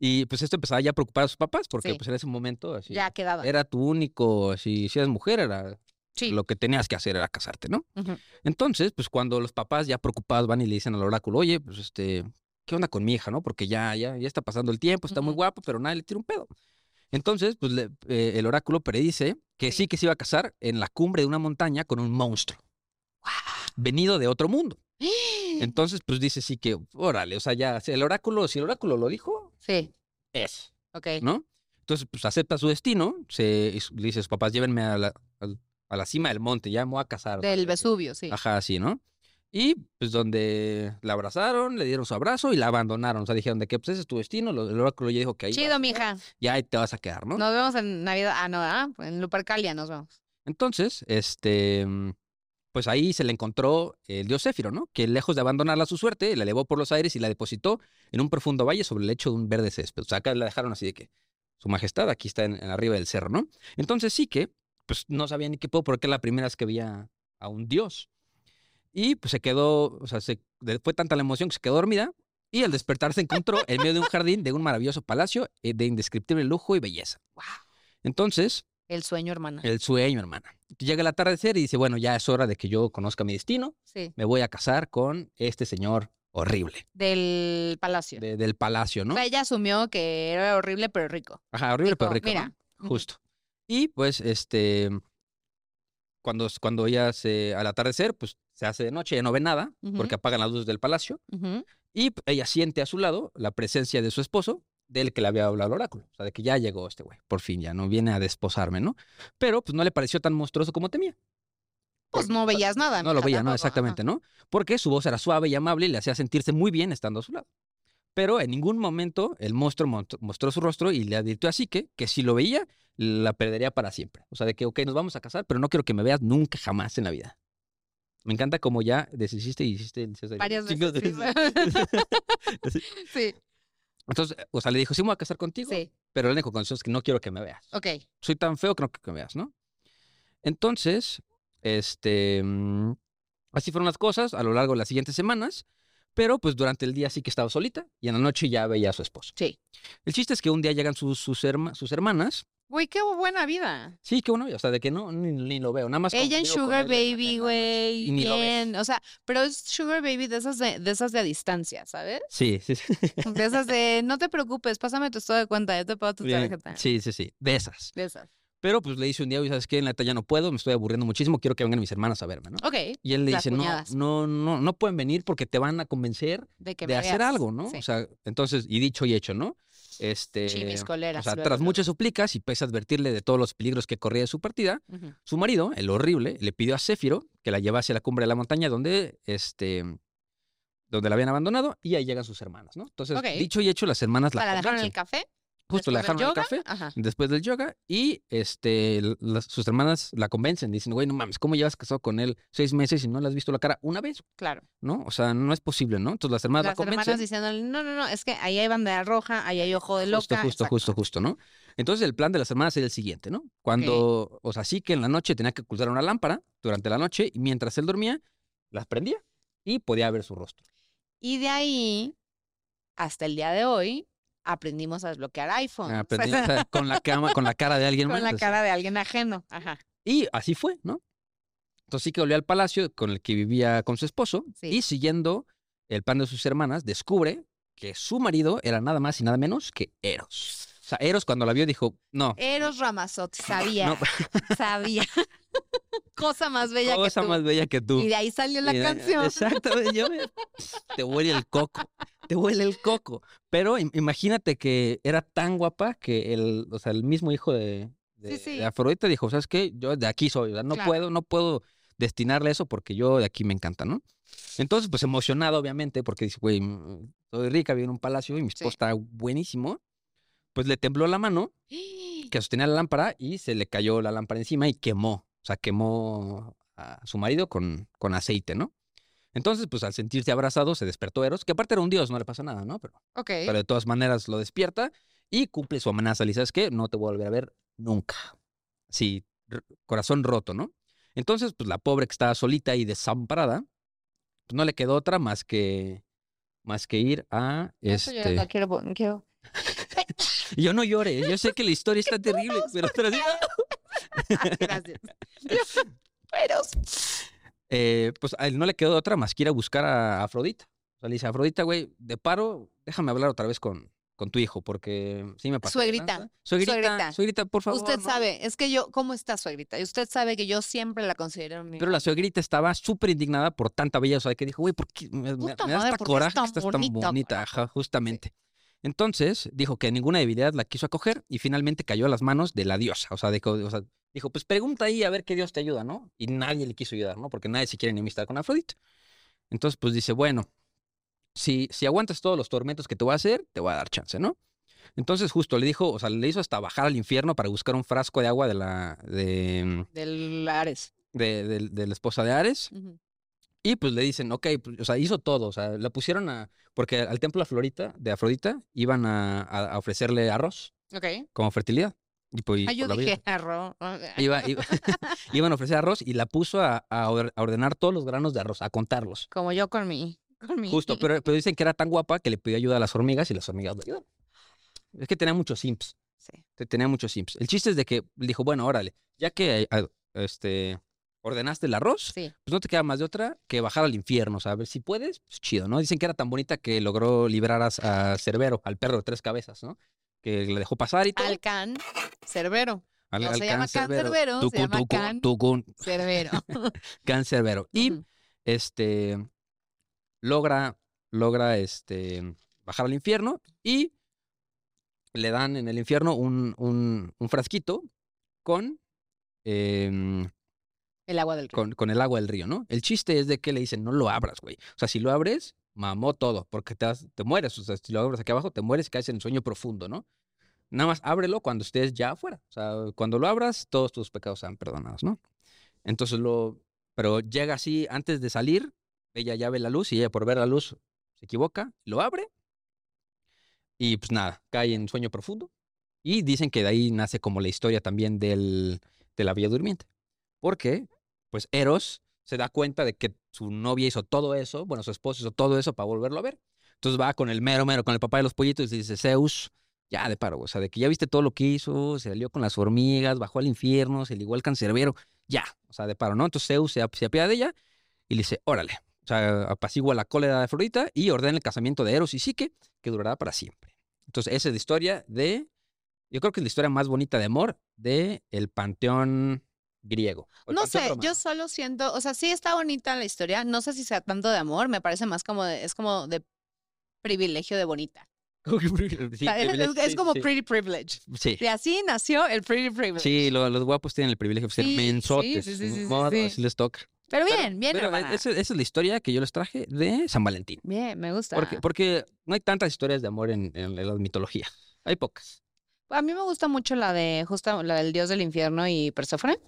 A: Y pues esto empezaba ya a preocupar a sus papás, porque
B: Sí.
A: pues en ese momento, así,
B: Ya quedaba.
A: era tu único, si, si eras mujer, era
B: Sí.
A: lo que tenías que hacer era casarte, ¿no?
B: Ujú.
A: Entonces, pues cuando los papás ya preocupados van y le dicen al oráculo, oye, pues este, ¿qué onda con mi hija, no? Porque ya, ya, ya está pasando el tiempo, está muy
B: Ujú.
A: guapa, pero nadie le tira un pedo. Entonces, pues le- eh, el oráculo predice que sí.
B: Sí.
A: que se iba a casar en la cumbre de una montaña con un monstruo. Venido de otro mundo. Entonces, pues dice sí que, órale, o sea, ya, si el oráculo, si el oráculo lo dijo,
B: Sí,
A: es,
B: ok.
A: ¿no? Entonces, pues acepta su destino, se, y su- le dice a sus papás, llévenme a la, al- a la cima del monte, ya me voy a casar. o sea,
B: Del
A: de que-
B: Vesubio, sí.
A: Ajá, así, ¿no? Y pues donde la abrazaron, le dieron su abrazo y la abandonaron. O sea, dijeron de que pues ese es tu destino. lo- El oráculo ya dijo que ahí, vas-
B: Chido, mija.
A: ya ahí te vas a quedar, ¿no?
B: Nos vemos en Navidad. Ah, no, ah, en Lupercalia nos vemos.
A: Entonces, este, mm, pues ahí se le encontró el dios Céfiro, ¿no? Que lejos de abandonarla a su suerte, la elevó por los aires y la depositó en un profundo valle sobre el lecho de un verde césped. O sea, acá la dejaron así de que su majestad aquí está en, en arriba del cerro, ¿no? Entonces sí que, pues no sabía ni qué puedo porque era la primera vez que veía a un dios. Y pues se quedó, o sea, se, de- fue tanta la emoción que se quedó dormida y al despertar se encontró en medio de un jardín de un maravilloso palacio eh, de indescriptible lujo y belleza. Entonces,
B: El sueño, hermana.
A: el sueño, hermana. Llega el atardecer y dice, bueno, ya es hora de que yo conozca mi destino.
B: Sí.
A: Me voy a casar con este señor horrible
B: Del palacio.
A: de- del palacio, ¿no?
B: O sea, ella asumió que era horrible, pero rico.
A: Ajá, horrible pero
B: dijo,
A: rico, ¿no?
B: "Mira, ujú".
A: Justo. Y pues, este, cuando, s- cuando ella se, al atardecer, pues se hace de noche, ya no ve nada,
B: Ujú.
A: porque apagan las luces del palacio.
B: Ujú.
A: Y p- ella siente a su lado la presencia de su esposo, del que le había hablado el oráculo. O sea, de que ya llegó este güey. Por fin, ya no viene a desposarme, ¿no? Pero pues no le pareció tan monstruoso como temía.
B: Pues no veías nada.
A: No lo
B: mija,
A: veía, no,
B: tampoco,
A: exactamente, ¿no? Porque su voz era suave y amable y le hacía sentirse muy bien estando a su lado. Pero en ningún momento el monstruo mont- mostró su rostro y le advirtió así que, que si lo veía, la perdería para siempre. O sea, de que, ok, nos vamos a casar, pero no quiero que me veas nunca jamás en la vida. Me encanta como ya deshiciste y hiciste el César.
B: Varias
A: Chingos
B: veces,
A: veces.
B: ajá. Sí,
A: Entonces, o sea, le dijo, sí, me voy a casar contigo,
B: sí.
A: pero la única condición es que no quiero que me veas
B: Ok.
A: soy tan feo que no creo que me veas, ¿no? Entonces, este, mm, así fueron las cosas a lo largo de las siguientes semanas, pero pues durante el día sí que estaba solita y en la noche ya veía a su esposo.
B: Sí.
A: El chiste es que un día llegan sus, sus, herma- sus hermanas,
B: Güey, qué buena vida.
A: sí, que bueno, o sea, de que no, ni, ni lo veo, nada más.
B: Ella en
A: convivo con
B: Sugar
A: él en la-
B: Baby,
A: en la noche
B: güey.
A: y ni lo ves.
B: Bien. O sea, pero es Sugar Baby de esas de, de esas de a distancia, ¿sabes?
A: Sí, sí, sí.
B: De esas de no te preocupes, pásame tu estado de cuenta, yo te pago tu
A: Bien,
B: tarjeta.
A: Sí, sí, sí, de esas.
B: De esas.
A: Pero pues le dice un día, oye, ¿sabes qué? En la talla no puedo, me estoy aburriendo muchísimo, quiero que vengan mis hermanas a verme, ¿no?
B: Ok.
A: Y él le
B: las
A: dice, no,
B: cuñadas.
A: no, no, no pueden venir porque te van a convencer
B: De que
A: de
B: me
A: hacer
B: veas.
A: algo, ¿no?
B: Sí.
A: O sea, entonces, y dicho y hecho, ¿no? Este,
B: Chimis,
A: o
B: coleras,
A: sea,
B: luego,
A: tras
B: luego.
A: muchas súplicas y pese a advertirle de todos los peligros que corría de su partida,
B: Ujú.
A: su marido, el horrible, le pidió a Céfiro que la llevase a la cumbre de la montaña donde, este, donde la habían abandonado y ahí llegan sus hermanas, ¿no? Entonces,
B: Ok.
A: dicho y hecho, las hermanas la,
B: O sea, la dejaron en el
A: convencen.
B: café.
A: Justo la dejaron
B: después del
A: en el
B: yoga,
A: café
B: Ajá.
A: después del yoga y este, l- las- sus hermanas la convencen. Dicen, güey, no mames, ¿cómo llevas casado con él seis meses y no le has visto la cara una vez?
B: Claro.
A: ¿No? O sea, no es posible, ¿no? Entonces las hermanas la
B: Las
A: convencen.
B: hermanas diciéndole, no, no, no, es que ahí hay bandera roja, ahí hay ojo de loca.
A: Justo, justo,
B: exacto.
A: justo, justo, ¿no? Entonces el plan de las hermanas era el siguiente, ¿no? Cuando, o sea, sí que en la noche tenía que ocultar una lámpara durante la noche y mientras él dormía, las prendía y podía ver su rostro.
B: Y de ahí, hasta el día de hoy, aprendimos a desbloquear iPhone.
A: Ah, prendía, o sea, con la cama, con la cara de alguien
B: Oh,
A: más.
B: con la
A: o sea,
B: cara de alguien ajeno. Ajá.
A: Y así fue, ¿no? Entonces sí que volvió al palacio con el que vivía con su esposo
B: Sí.
A: y siguiendo el plan de sus hermanas, descubre que su marido era nada más y nada menos que Eros. O sea, Eros cuando la vio dijo, no,
B: Eros Ramazzotti, sabía,
A: no,
B: sabía. Cosa más bella
A: cosa
B: que tú.
A: más bella que tú.
B: Y de ahí salió la
A: Y, eh,
B: canción.
A: Exacto, yo me- te huele el coco, te huele el coco. Pero im- imagínate que era tan guapa que el, o sea, el mismo hijo de, de,
B: Sí, sí.
A: de Afrodita dijo, ¿sabes qué? Yo de aquí soy, o sea, no
B: Claro.
A: puedo, no puedo destinarle eso porque yo de aquí me encanta, ¿no? Entonces, pues emocionado, obviamente, porque dice, güey, mm, soy rica, vivo en un palacio y mi esposo
B: Sí.
A: está buenísimo. Pues le tembló la mano que sostenía la lámpara y se le cayó la lámpara encima y quemó. O sea, quemó a su marido con, con aceite, ¿no? Entonces, pues al sentirse abrazado, se despertó Eros, que aparte era un dios, no le pasa nada, ¿no? Pero,
B: Ok.
A: pero de todas maneras lo despierta y cumple su amenaza. Le dice, ¿sabes qué? No te voy a volver a ver nunca. Sí, r- corazón roto, ¿no? Entonces, pues la pobre que estaba solita y desamparada, pues no le quedó otra más que, más que ir a...
B: Eso Ah, pues, yo
A: Este...
B: no quiero, pon- quiero-
A: Yo no llore, yo sé que la historia está terrible, pero tras-
B: Ah, Gracias. Eros.
A: eh, pues a él no le quedó otra más que ir a buscar a Afrodita. O sea, le dice, Afrodita, güey, de paro, déjame hablar otra vez con, con tu hijo, porque sí me pasó. de
B: Suegrita,
A: lanza. Suegrita, suegrita,
B: suegrita.
A: por favor.
B: Usted
A: ¿no?".
B: sabe, es que yo, ¿cómo está suegrita? Y usted sabe que yo siempre la considero mi.
A: Pero la suegrita estaba súper indignada por tanta belleza, o sea, que dijo, güey, ¿por qué me, me-
B: Puta
A: me da
B: madre,
A: hasta
B: ¿por qué
A: coraje
B: es tan
A: que estás tan
B: bonita,
A: bonita? Ajá, justamente. Entonces, dijo que ninguna debilidad la quiso acoger y finalmente cayó a las manos de la diosa. O sea, dijo, o sea, dijo, pues pregunta ahí a ver qué dios te ayuda, ¿no? Y nadie le quiso ayudar, ¿no? Porque nadie se quiere enemistar con Afrodita. Entonces, pues dice, bueno, si, si aguantas todos los tormentos que te voy a hacer, te voy a dar chance, ¿no? Entonces, justo le dijo, o sea, le hizo hasta bajar al infierno para buscar un frasco de agua de la, de, mm,
B: Del Ares.
A: de- del- de la esposa de Ares.
B: Ujú.
A: Y pues le dicen, ok, pues, o sea, hizo todo, o sea, la pusieron a, porque al templo de Florita, de Afrodita, iban a, a- a ofrecerle arroz
B: Ok.
A: como fertilidad. Y pues,
B: Ah, yo
A: por la vida.
B: dije arroz.
A: Iba- iba- iban a ofrecer arroz y la puso a, a or- a ordenar todos los granos de arroz, a contarlos.
B: Como yo con mi. Con mi.
A: Justo, pero, pero dicen que era tan guapa que le pidió ayuda a las hormigas y las hormigas le ayudaron. Es que tenía muchos simps,
B: Sí.
A: te- tenía muchos simps. El chiste es de que dijo, bueno, órale, ya que eh, este, ordenaste el arroz,
B: Sí.
A: pues no te queda más de otra que bajar al infierno. O sea, a ver si puedes, pues chido, ¿no? Dicen que era tan bonita que logró librar a, a Cerbero, al perro de tres cabezas, ¿no? Que le dejó pasar y todo.
B: Alcan Cerbero.
A: Al,
B: no se llama
A: can Cerbero.
B: Cancerbero, se
A: Tucun,
B: llama
A: tucun,
B: Can.
A: tucun,
B: Cerbero.
A: Can Cerbero. Y
B: Ujú.
A: este logra logra este bajar al infierno y le dan en el infierno un, un- un frasquito con, em,
B: El agua del río.
A: con, con el agua del río, ¿no? El chiste es de que le dicen, no lo abras, güey. O sea, si lo abres, mamó todo, porque te, vas- te mueres. O sea, si lo abres aquí abajo, te mueres y caes en el sueño profundo, ¿no? Nada más ábrelo cuando estés ya afuera. O sea, cuando lo abras, todos tus pecados serán perdonados, ¿no? Entonces lo... Pero llega así, antes de salir, ella ya ve la luz y ella por ver la luz se equivoca, lo abre y pues nada, cae en sueño profundo. Y dicen que de ahí nace como la historia también del, de la Bella Durmiente. Porque, pues Eros se da cuenta de que su novia hizo todo eso, bueno, su esposo hizo todo eso para volverlo a ver. Entonces va con el mero mero, con el papá de los pollitos y dice, Zeus, ya de paro, o sea, de que ya viste todo lo que hizo, se alió con las hormigas, bajó al infierno, se ligó al cancerbero, ya, o sea, de paro, ¿no? Entonces Zeus se, ap- se apiada de ella y le dice, órale, o sea, apacigua la cólera de Afrodita y ordena el casamiento de Eros y Psique, que durará para siempre. Entonces, esa es la historia de, yo creo que es la historia más bonita de amor de el panteón griego. o el
B: No
A: panteón
B: sé,
A: romano.
B: yo solo siento, o sea, sí está bonita la historia, no sé si sea tanto de amor, me parece más como de, es como de privilegio de bonita.
A: Como que privilege- sí,
B: O sea, es-
A: privilege,
B: es, es
A: sí,
B: como
A: sí.
B: pretty privilege.
A: Sí.
B: Y así nació el pretty privilege.
A: Sí, lo- los guapos tienen el privilegio de ser
B: Sí, sí,
A: mensotes.
B: sí, sí,
A: ni
B: sí, sí,
A: modo,
B: sí.
A: así les toca.
B: Pero
A: Pero-
B: bien, bien,
A: pero, eh,
B: hermana.
A: esa, esa es la historia que yo les traje de San Valentín.
B: Bien, me gusta.
A: Porque, porque no hay tantas historias de amor en, en la mitología. Hay pocas.
B: A mí me gusta mucho la de justo la del dios del infierno y Perséfone,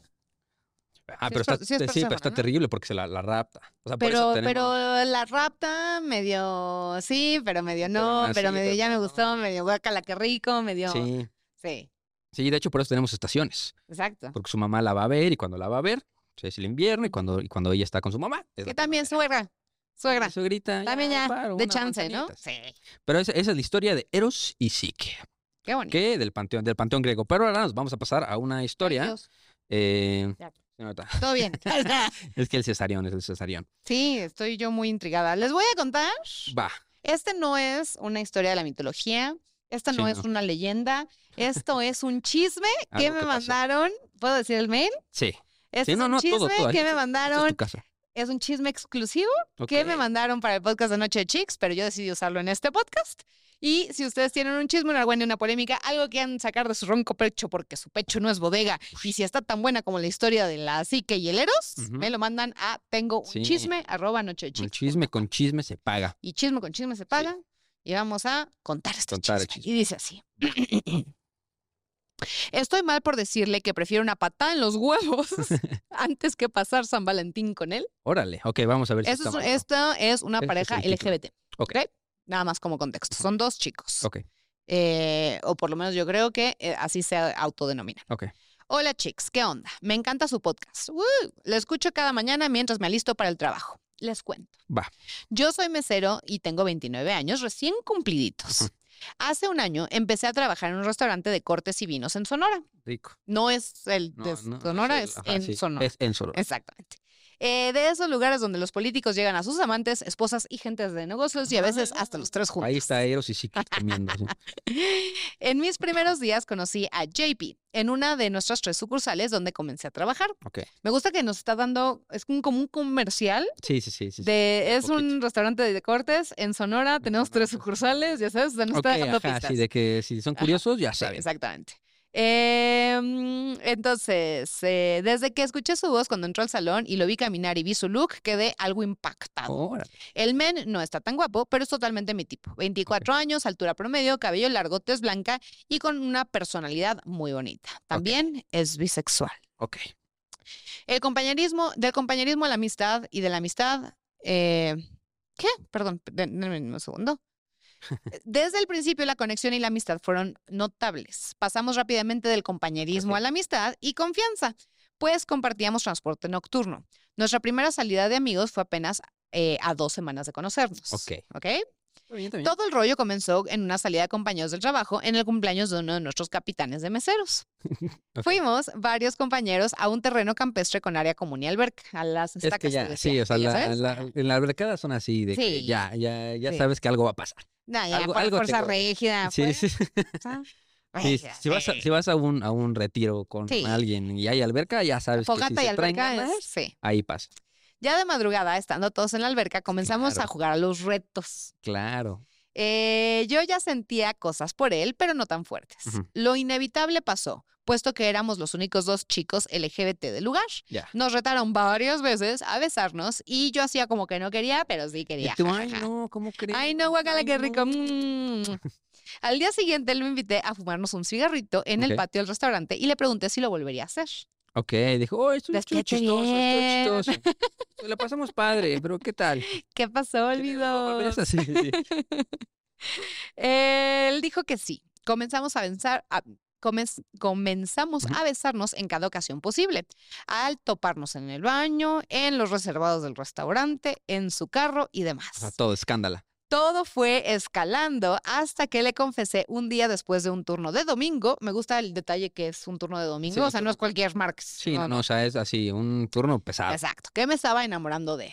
A: Ah,
B: Sí
A: pero,
B: es per-
A: está,
B: sí
A: sí,
B: es
A: pero está
B: Perséfona, ¿no?
A: terrible porque se la, la rapta. O sea, Ah, por eso
B: pero
A: tenemos-
B: pero la rapta medio sí, pero medio
A: Pero
B: no,
A: aún
B: pero
A: así,
B: medio
A: pero
B: ya me
A: no.
B: gustó, medio guacala, qué rico, medio sí.
A: Sí, sí, de hecho por eso tenemos estaciones.
B: exacto.
A: Porque su mamá la va a ver y cuando la va a ver pues, es el invierno y cuando, y cuando ella está con su mamá. es la
B: Que también suegra,
A: primavera.
B: suegra.
A: Y Suegrita.
B: También ya,
A: paro,
B: de
A: unas
B: chance, ¿no?
A: manzanitas.
B: Sí.
A: Pero esa, esa es la historia de Eros y Psique.
B: Qué bonito.
A: que del panteón, del panteón griego. Pero ahora nos vamos a pasar a una historia.
B: Dios,
A: eh,
B: Ya.
A: se nota.
B: Todo bien.
A: es que el cesarión es el cesarión.
B: sí, estoy yo muy intrigada. Les voy a contar.
A: Va.
B: Este no es una historia de la mitología. Esta no
A: Sí,
B: es
A: no.
B: una leyenda. Esto es un chisme que
A: algo
B: me
A: que pasó.
B: mandaron. ¿Puedo decir el mail?
A: Sí.
B: Este
A: Sí,
B: es
A: no,
B: un
A: no, todo,
B: chisme
A: todo, ahí
B: que
A: Esta
B: me
A: es tu
B: mandaron.
A: casa.
B: Es un chisme exclusivo que me
A: Ok.
B: mandaron para el podcast de Noche de Chicks, pero yo decidí usarlo en este podcast. Y si ustedes tienen un chisme, una buena, una polémica, algo que han sacar de su ronco pecho porque su pecho no es bodega, y si está tan buena como la historia de la psique y el Eros,
A: Ujú.
B: me lo mandan a tengo un
A: Sí.
B: chisme arroba noche de
A: Un
B: chicks.
A: chisme con chisme se paga.
B: y chisme con chisme se paga. Y vamos a contar este
A: Contar el
B: chisme.
A: chisme.
B: Y dice así. Estoy mal por decirle que prefiero una patada en los huevos antes que pasar San Valentín con él.
A: Órale. Ok, vamos a ver si
B: Eso
A: está
B: es,
A: bueno.
B: esto es una
A: Ese es
B: pareja
A: el título.
B: LGBT.
A: Ok.
B: ¿ok? Nada más como contexto. Son dos chicos.
A: Ok,
B: eh, o por lo menos yo creo que eh, así se autodenominan.
A: ok.
B: Hola chicos, ¿qué onda? Me encanta su podcast. ¡Woo! Lo escucho cada mañana mientras me alisto para el trabajo. Les cuento.
A: Va.
B: Yo soy mesero y tengo 29 años recién cumpliditos. Hace un año empecé a trabajar en un restaurante de cortes y vinos en Sonora.
A: Rico.
B: No es el
A: No,
B: de
A: no, es
B: Sonora,
A: el-
B: es,
A: ajá,
B: en
A: sí,
B: Sonora.
A: Es en Sonora.
B: Exactamente. Eh, de esos lugares donde los políticos llegan a sus amantes, esposas y gentes de negocios y a veces hasta los tres juntos.
A: Ahí está Eros y Psique comiendo. sí.
B: En mis primeros días conocí a JP en una de nuestras tres sucursales donde comencé a trabajar.
A: Ok.
B: Me gusta que nos está dando, es un- como un comercial
A: Sí, sí, sí. sí, sí.
B: de, es un
A: poquito.
B: restaurante de cortes en Sonora, tenemos tres sucursales, ya sabes, nos
A: Ok,
B: está dejando
A: ajá,
B: pistas.
A: sí, de que si son
B: Ajá,
A: curiosos, ya
B: Sí,
A: saben.
B: exactamente. Em, entonces, eh, desde que escuché su voz cuando entró al salón y lo vi caminar y vi su look, quedé algo impactado.
A: Órale.
B: El men no está tan guapo, pero es totalmente mi tipo. 24 años, altura promedio, cabello largo, tez blanca y con una personalidad muy bonita. También es bisexual.
A: Ok.
B: El compañerismo, del compañerismo a la amistad y de la amistad. eh, ¿Qué? Perdón, de- denme un segundo. Desde el principio la conexión y la amistad fueron notables. Pasamos rápidamente del compañerismo a la amistad y confianza, pues compartíamos transporte nocturno. Nuestra primera salida de amigos fue apenas eh, a dos semanas de conocernos.
A: Ok.
B: ¿Ok?
A: Está bien, está bien.
B: Todo el rollo comenzó en una salida de compañeros del trabajo en el cumpleaños de uno de nuestros capitanes de meseros.
A: Ok.
B: Fuimos varios compañeros a un terreno campestre con área común y alberca, a las
A: Es
B: estacas.
A: que
B: te
A: ya,
B: decía,
A: sí, o sea,
B: que ya
A: la,
B: sabes.
A: la- en la albercada son así, de que
B: Sí.
A: ya, ya, ya
B: Sí.
A: sabes que algo va a pasar.
B: No, ya,
A: algo-
B: por
A: algo te
B: fuerza
A: cobra.
B: rígida. pues,
A: Sí, sí, sí.
B: fuerza
A: Sí,
B: rígida,
A: si vas, a,
B: sí.
A: si vas a un, a un retiro con
B: Sí.
A: alguien y hay alberca, ya sabes que si
B: Fogata y
A: se traen
B: alberca
A: ganas,
B: es- sí.
A: ahí pasa.
B: Ya de madrugada, estando todos en la alberca, comenzamos
A: Claro.
B: a jugar a los retos.
A: Claro.
B: Eh, yo ya sentía cosas por él, pero no tan fuertes.
A: Ujú.
B: Lo inevitable pasó, puesto que éramos los únicos dos chicos LGBT del lugar.
A: Ya.
B: Nos retaron varias veces a besarnos y yo hacía como que no quería, pero sí
A: Y
B: quería.
A: tú,
B: ja, ja,
A: ay,
B: ja".
A: no, ¿cómo crees?
B: Ay, no, guacala,
A: Ay,
B: qué rico.
A: no.
B: Mm. Al día siguiente lo invité a fumarnos un cigarrito en el
A: Ok.
B: patio del restaurante y le pregunté si lo volvería a hacer.
A: Ok, dijo, oh, esto es
B: Despídete
A: chistoso,
B: bien.
A: esto es chistoso. Pues, La pasamos padre, pero ¿qué tal?
B: ¿Qué pasó, olvido?
A: ¿Volverías a hacer? Sí.
B: Él dijo que sí. Comenzamos a besar, a- comenz- comenzamos
A: Ujú.
B: a besarnos en cada ocasión posible, al toparnos en el baño, en los reservados del restaurante, en su carro y demás.
A: O sea, todo escándala.
B: Todo fue escalando hasta que le confesé un día después de un turno de domingo. Me gusta el detalle que es un turno de domingo,
A: Sí,
B: o
A: un
B: sea, no
A: turno-
B: es cualquier Marx.
A: Sí, no, no, o sea, es así, un turno pesado.
B: Exacto, que me estaba enamorando de él.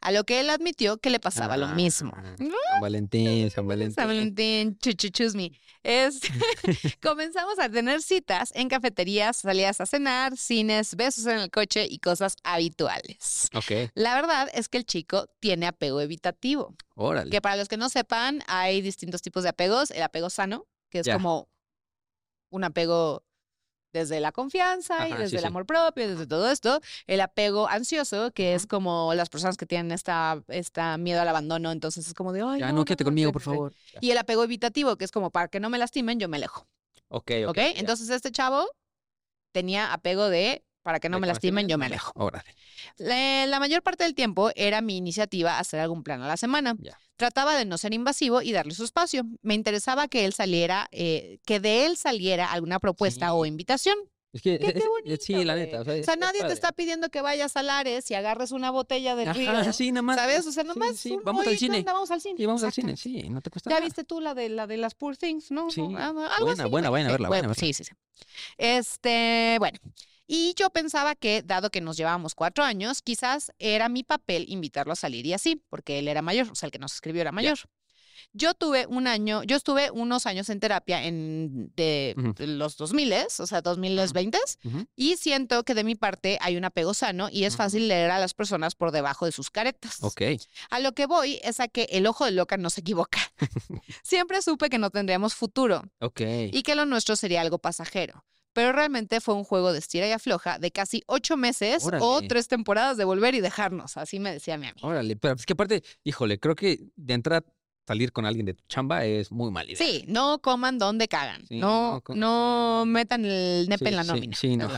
B: A lo que él admitió que le pasaba lo
A: Ah,
B: mismo.
A: San Valentín, San Valentín.
B: San Valentín, chu, chu, chus me. Es, comenzamos a tener citas en cafeterías, salidas a cenar, cines, besos en el coche y cosas habituales.
A: Ok,
B: La verdad es que el chico tiene apego evitativo,
A: órale.
B: que para los que no sepan, hay distintos tipos de apegos. El apego sano, que es
A: Ya.
B: como un apego desde la confianza y
A: Ajá,
B: desde
A: sí,
B: el
A: sí.
B: amor propio, desde todo esto. El apego ansioso, que es como las personas que tienen esta, esta miedo al abandono, entonces es como de, ay,
A: ya, no, quédate conmigo, por favor. Ya.
B: y el apego evitativo, que es como para que no me lastimen, yo me alejo.
A: Ok,
B: ¿Ok?
A: ok. ya.
B: Entonces este chavo tenía apego de para que no
A: De
B: me
A: que
B: lastimen, yo me
A: lastimen,
B: alejo.
A: Órale.
B: eh, La, la mayor parte del tiempo era mi iniciativa hacer algún plan a la semana.
A: Ya.
B: Trataba de no ser invasivo y darle su espacio. Me interesaba que él saliera, eh, que de él saliera alguna propuesta o
A: Sí.
B: invitación.
A: Es que,
B: Qué- qué
A: es- es- sí,
B: bonito,
A: la
B: güey.
A: neta. O sea,
B: O sea, nadie te
A: padre.
B: está pidiendo que vayas a Lares y agarres una botella del
A: Ajá,
B: río.
A: sí, nada más.
B: ¿Sabes? O sea,
A: Sí,
B: nomás
A: sí,
B: un,
A: vamos
B: "Oye,
A: al
B: ¿qué
A: cine.
B: onda? Vamos al cine.
A: Sí, vamos al cine,
B: Exactamente.
A: sí, no te cuesta
B: ¿Ya
A: nada.
B: viste tú la de la de las Poor Things, no?
A: Sí,
B: Ah, Algo
A: buena,
B: así,
A: buena,
B: güey.
A: buena,
B: Sí,
A: verla,
B: güey,
A: buena,
B: Sí, sí, sí. Este, bueno. Y yo pensaba que, dado que nos llevábamos cuatro años, quizás era mi papel invitarlo a salir y así, porque él era mayor, o sea, el que nos escribió era mayor. Yo tuve un año, yo estuve unos años en terapia en de,
A: Ujú.
B: de los 2000, o sea, 2020,
A: Ujú.
B: y siento que de mi parte hay un apego sano y es
A: Ujú.
B: fácil leer a las personas por debajo de sus caretas.
A: Ok.
B: A lo que voy es a que el ojo de loca no se equivoca. Siempre supe que no tendríamos futuro
A: Ok.
B: y que lo nuestro sería algo pasajero. Pero realmente fue un juego de estira y afloja de casi ocho meses o
A: Órale.
B: tres temporadas de volver y dejarnos. Así me decía mi amigo.
A: Órale, pero es que aparte, híjole, creo que de entrada salir con alguien de tu chamba es muy mal idea.
B: Sí, no coman donde cagan.
A: Sí,
B: no,
A: no co-
B: no metan el nepe
A: Sí,
B: en la
A: sí,
B: nómina.
A: Sí, no.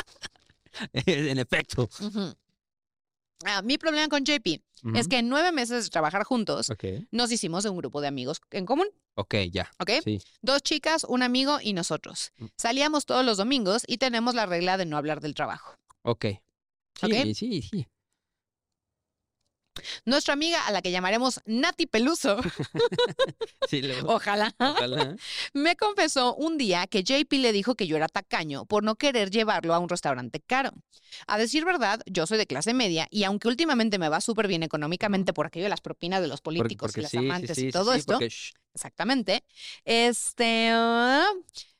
B: perdón.
A: en efecto.
B: Ujú. Ah, mi problema con JP es que en nueve meses de trabajar juntos
A: Ok.
B: nos hicimos de un grupo de amigos en común,
A: Ok, ya.
B: ¿ok?
A: Sí.
B: Dos chicas, un amigo y nosotros.
A: Mm.
B: Salíamos todos los domingos y tenemos la regla de no hablar del trabajo.
A: Ok. Sí,
B: Ok.
A: sí, sí.
B: Nuestra amiga, a la que llamaremos Nati Peluso,
A: Sí, luego-
B: ojalá,
A: ojalá. ¿eh?
B: me confesó un día que JP le dijo que yo era tacaño por no querer llevarlo a un restaurante caro. A decir verdad, yo soy de clase media y aunque últimamente me va súper bien económicamente por aquello de las propinas de los
A: Porque-
B: políticos
A: porque
B: y las
A: sí, sí,
B: amantes
A: sí,
B: y
A: sí,
B: todo
A: sí,
B: esto,
A: porque, shh,
B: exactamente, este... ah,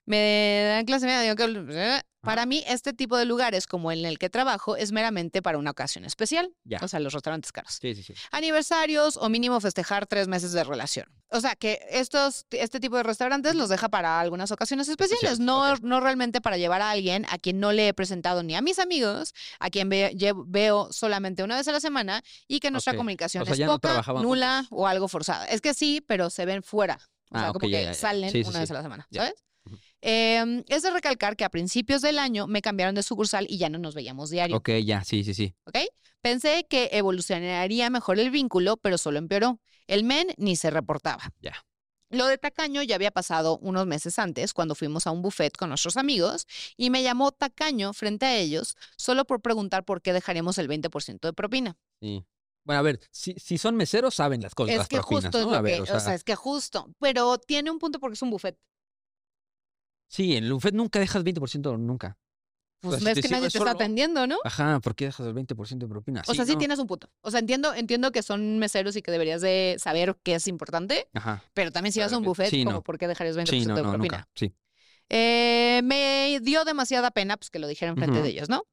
B: me dan clase media. digo que- Para mí, este tipo de lugares como en el que trabajo es meramente para una ocasión especial.
A: Ya.
B: O sea, los restaurantes caros
A: Sí, sí, sí.
B: aniversarios o mínimo festejar tres meses de relación. O sea, que estos, este tipo de restaurantes los deja para algunas ocasiones especiales,
A: Especiales,
B: no,
A: ok.
B: no realmente para llevar a alguien a quien no le he presentado ni a mis amigos, a quien ve- llevo- veo solamente una vez a la semana y que nuestra
A: Ok.
B: comunicación
A: O sea,
B: es
A: ya no
B: poca,
A: trabajaban
B: nula
A: juntos.
B: o algo forzada. Es que sí, pero se ven fuera. O sea,
A: Ah, ok,
B: como
A: ya,
B: que
A: ya, ya.
B: salen
A: Sí, sí,
B: una vez
A: sí.
B: a la semana,
A: Ya.
B: ¿sabes?
A: Ujú.
B: Em, es de recalcar que a principios del año me cambiaron de sucursal y ya no nos veíamos diario.
A: Ok, ya, sí, sí, sí.
B: Pensé que evolucionaría mejor el vínculo, pero solo empeoró. El men ni se reportaba.
A: Ya.
B: Lo de tacaño ya había pasado unos meses antes, cuando fuimos a un buffet con nuestros amigos y me llamó tacaño frente a ellos solo por preguntar por qué dejaríamos el 20% de propina.
A: sí. Bueno, a ver, si, si son meseros, saben las cosas,
B: es
A: Pues las
B: que
A: propinas,
B: justo es
A: ¿no?
B: lo
A: a ver,
B: que,
A: o sea,
B: es que justo, pero tiene un punto porque es un buffet.
A: sí, en el buffet nunca dejas 20%, nunca.
B: Pues
A: si
B: ves
A: te
B: que nadie
A: sirves
B: te está
A: solo,
B: atendiendo, ¿no?
A: Ajá, ¿por qué dejas el 20% de propina?
B: o sea, sí
A: ¿no?
B: tienes un punto. O sea, entiendo, entiendo que son meseros y que deberías de saber qué es importante,
A: Ajá.
B: pero también si vas a un
A: Claramente.
B: buffet,
A: Sí,
B: como
A: no.
B: por qué dejarías 20%
A: Sí, no,
B: de
A: no,
B: propina.
A: nunca. Sí.
B: Eh, me dio demasiada pena pues, que lo dijera enfrente de
A: Ujú.
B: ellos, ¿no?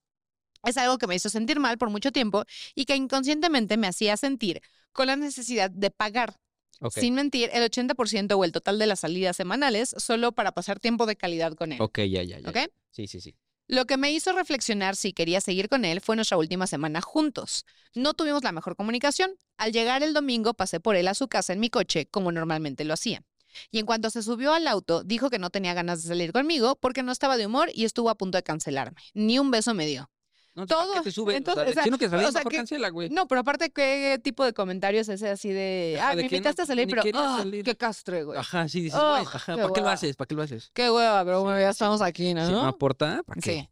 B: Es algo que me hizo sentir mal por mucho tiempo y que inconscientemente me hacía sentir con la necesidad de pagar,
A: Ok.
B: Sin mentir, el 80% o el total de las salidas semanales solo para pasar tiempo de calidad con él.
A: Ok, ya, ya, ya.
B: ¿Ok?
A: Sí, sí, sí.
B: Lo que me hizo reflexionar si quería seguir con él fue nuestra última semana juntos. No tuvimos la mejor comunicación. Al llegar el domingo pasé por él a su casa en mi coche, como normalmente lo hacía. Y en cuanto se subió al auto, dijo que no tenía ganas de salir conmigo porque no estaba de humor y estuvo a punto de cancelarme. Ni un beso me dio.
A: No, ¿para
B: Todo.
A: qué te sube?
B: Entonces,
A: o sea,
B: o sea,
A: si no quieres salir,
B: o sea,
A: mejor
B: que-
A: cancela, güey.
B: No, pero aparte, ¿qué tipo de comentarios es ese así de,
A: Ajá, de
B: ah, me
A: que no-
B: invitaste a salir,
A: ni
B: pero,
A: querías
B: ah,
A: salir". Ah.
B: qué castre, güey.
A: Ajá, sí, dices,
B: Ugh,
A: güey, ajá,
B: qué
A: ¿para qué lo
B: hueva.
A: haces? ¿Para qué lo haces?
B: Qué hueva, pero bueno, ya estamos aquí,
A: Si no
B: ¿no?
A: aporta, ¿para qué?
B: Sí.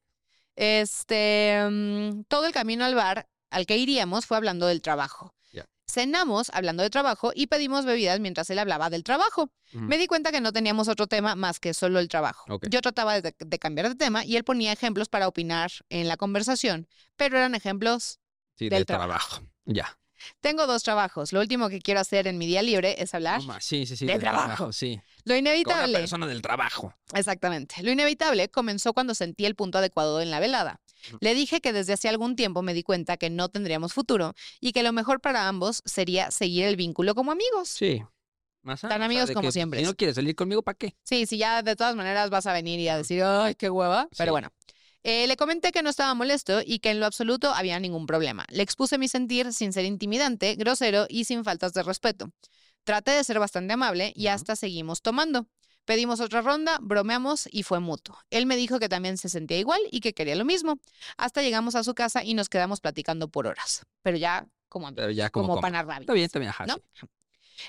B: Este, mm, todo el camino al bar al que iríamos fue hablando del trabajo.
A: Ya.
B: Cenamos hablando de trabajo y pedimos bebidas mientras él hablaba del trabajo.
A: Ujú.
B: Me di cuenta que no teníamos otro tema más que solo el trabajo.
A: Mm. Ok.
B: Yo trataba de, de cambiar de tema y él ponía ejemplos para opinar en la conversación, pero eran ejemplos.
A: Sí,
B: del
A: del trabajo. Ya.
B: Tengo dos trabajos. Lo último que quiero hacer en mi día libre es hablar.
A: No más, sí, sí, sí.
B: Del
A: del
B: trabajo.
A: Sí.
B: Lo
A: Con una
B: inevitable.
A: persona del trabajo.
B: Exactamente. Lo inevitable comenzó cuando sentí el punto adecuado en la velada. Le dije que desde hace algún tiempo me di cuenta que no tendríamos futuro y que lo mejor para ambos sería seguir el vínculo como amigos. Sí,
A: Sí. Más ah,
B: Tan amigos
A: de
B: como
A: que
B: siempre.
A: Si no quieres salir conmigo, ¿para qué?
B: sí, ya de todas maneras vas a venir y a decir, ay, qué hueva.
A: Sí.
B: Pero bueno. Eh, le comenté que no estaba molesto y que en lo absoluto había ningún problema. Le expuse mi sentir sin ser intimidante, grosero y sin faltas de respeto. Traté de ser bastante amable y
A: Ujú.
B: hasta seguimos tomando. Pedimos otra ronda, bromeamos y fue mutuo. Él me dijo que también se sentía igual y que quería lo mismo. Hasta llegamos a su casa y nos quedamos platicando por horas. Pero ya como, amigos,
A: Pero ya como.
B: como,
A: como.
B: panarrabia.
A: Está bien, está bien, ajá.
B: ¿No?
A: sí.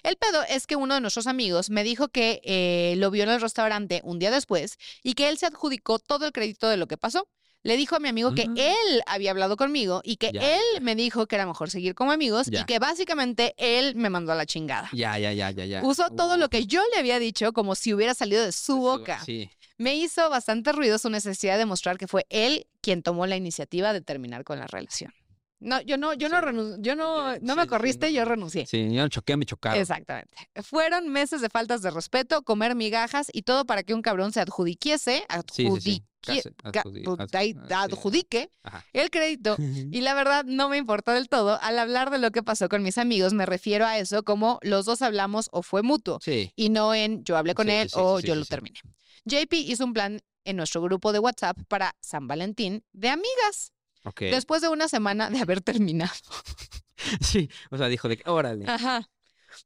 B: El pedo es que uno de nuestros amigos me dijo que eh, lo vio en el restaurante un día después y que él se adjudicó todo el crédito de lo que pasó. Le dijo a mi amigo que
A: Ah.
B: él había hablado conmigo y que
A: Ya,
B: él me dijo que era mejor seguir como amigos y
A: Ya.
B: que básicamente él me mandó a la chingada.
A: Ya, ya, ya, ya, ya.
B: Usó todo lo
A: Uf,
B: que yo le había dicho como si hubiera salido de su
A: su-
B: boca.
A: Sí.
B: Me hizo bastante ruido su necesidad de mostrar que fue él quien tomó la iniciativa de terminar con la relación. No, yo no, yo no
A: Sí.
B: renun- yo no,
A: Sí,
B: no
A: sí,
B: me
A: sí,
B: corriste,
A: no,
B: yo
A: no.
B: renuncié.
A: Sí, yo no choqué, me chocaron.
B: Exactamente. Fueron meses de faltas de respeto, comer migajas y todo para que un cabrón se adjudiquiese,
A: Sí, sí, sí.
B: adjudique,
A: Casi,
B: ca-
A: adjudi-
B: pues,
A: adju-
B: ahí,
A: ah, sí.
B: adjudique
A: Ajá.
B: el crédito. Y la verdad no me importó del todo. Al hablar de lo que pasó con mis amigos, me refiero a eso como los dos hablamos o fue mutuo
A: Sí.
B: y no en yo hablé con
A: Sí, sí,
B: él
A: sí, sí,
B: o
A: sí,
B: yo
A: sí,
B: lo
A: sí.
B: terminé. JP hizo un plan en nuestro grupo de WhatsApp para San Valentín de amigas
A: Ok.
B: después de una semana de haber terminado.
A: Sí. O sea, dijo de que, órale.
B: Ajá.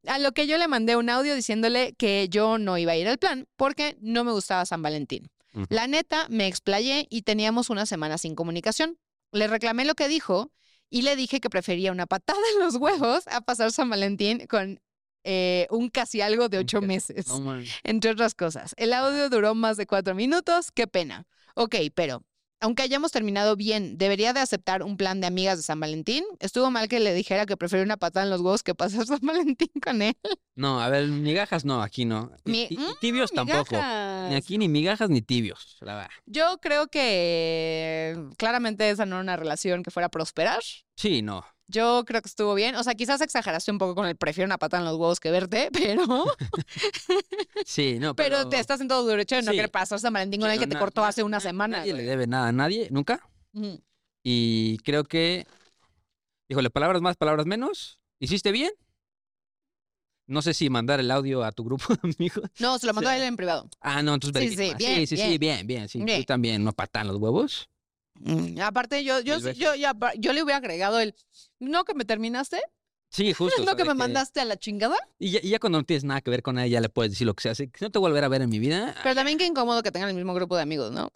B: A lo que yo le mandé un audio diciéndole que yo no iba a ir al plan porque no me gustaba San Valentín.
A: Ujú.
B: La neta, me explayé y teníamos una semana sin comunicación. Le reclamé lo que dijo y le dije que prefería una patada en los huevos a pasar San Valentín con eh, un casi algo de
A: Un
B: ocho
A: casi-
B: meses,
A: No mames.
B: entre otras cosas. El audio duró más de cuatro minutos, qué pena. Ok, pero... Aunque hayamos terminado bien, ¿debería de aceptar un plan de amigas de San Valentín? Estuvo mal que le dijera que prefiere una patada en los huevos que pasar San Valentín con él.
A: No, a ver, migajas no, aquí no. Y-
B: Mi-
A: y- y
B: mm,
A: tibios Pues tampoco. Ni
B: Migajas.
A: aquí ni migajas ni tibios, la verdad.
B: Yo creo que claramente esa no era una relación que fuera a prosperar.
A: Sí, no.
B: Yo creo que estuvo bien. O sea, quizás exageraste un poco con el prefiero una patada en los huevos que verte, pero, pero,
A: Sí, no, pero...
B: te estás en todo tu derecho de no
A: Sí.
B: querer pasar San Valentín con
A: Sí,
B: el que
A: no,
B: te
A: na-
B: cortó
A: na-
B: hace una
A: na-
B: semana.
A: Nadie le
B: güey.
A: debe nada a nadie, nunca.
B: Ujú.
A: Y creo que... Híjole, palabras más, palabras menos. ¿Hiciste bien? No sé si mandar el audio a tu grupo de amigos.
B: No, se lo mandó
A: Sí.
B: a él en privado.
A: Ah, no, entonces
B: Sí,
A: verifica.
B: sí, bien,
A: sí, sí,
B: bien.
A: bien, bien, Sí,
B: Bien.
A: tú también, no patan los huevos.
B: Mm, Aparte, yo, yo,
A: Mil
B: sí-
A: veces.
B: yo, ya- yo le hubiera agregado el, ¿no que me terminaste?
A: Sí, justo. Ah, o sea,
B: ¿No que
A: de
B: me mandaste a la chingada?
A: Y ya, y ya cuando no tienes nada que ver con ella, ya le puedes decir lo que sea. Si no te volver a ver en mi vida,
B: Pero también qué incómodo que tengan el mismo grupo de amigos, ¿no?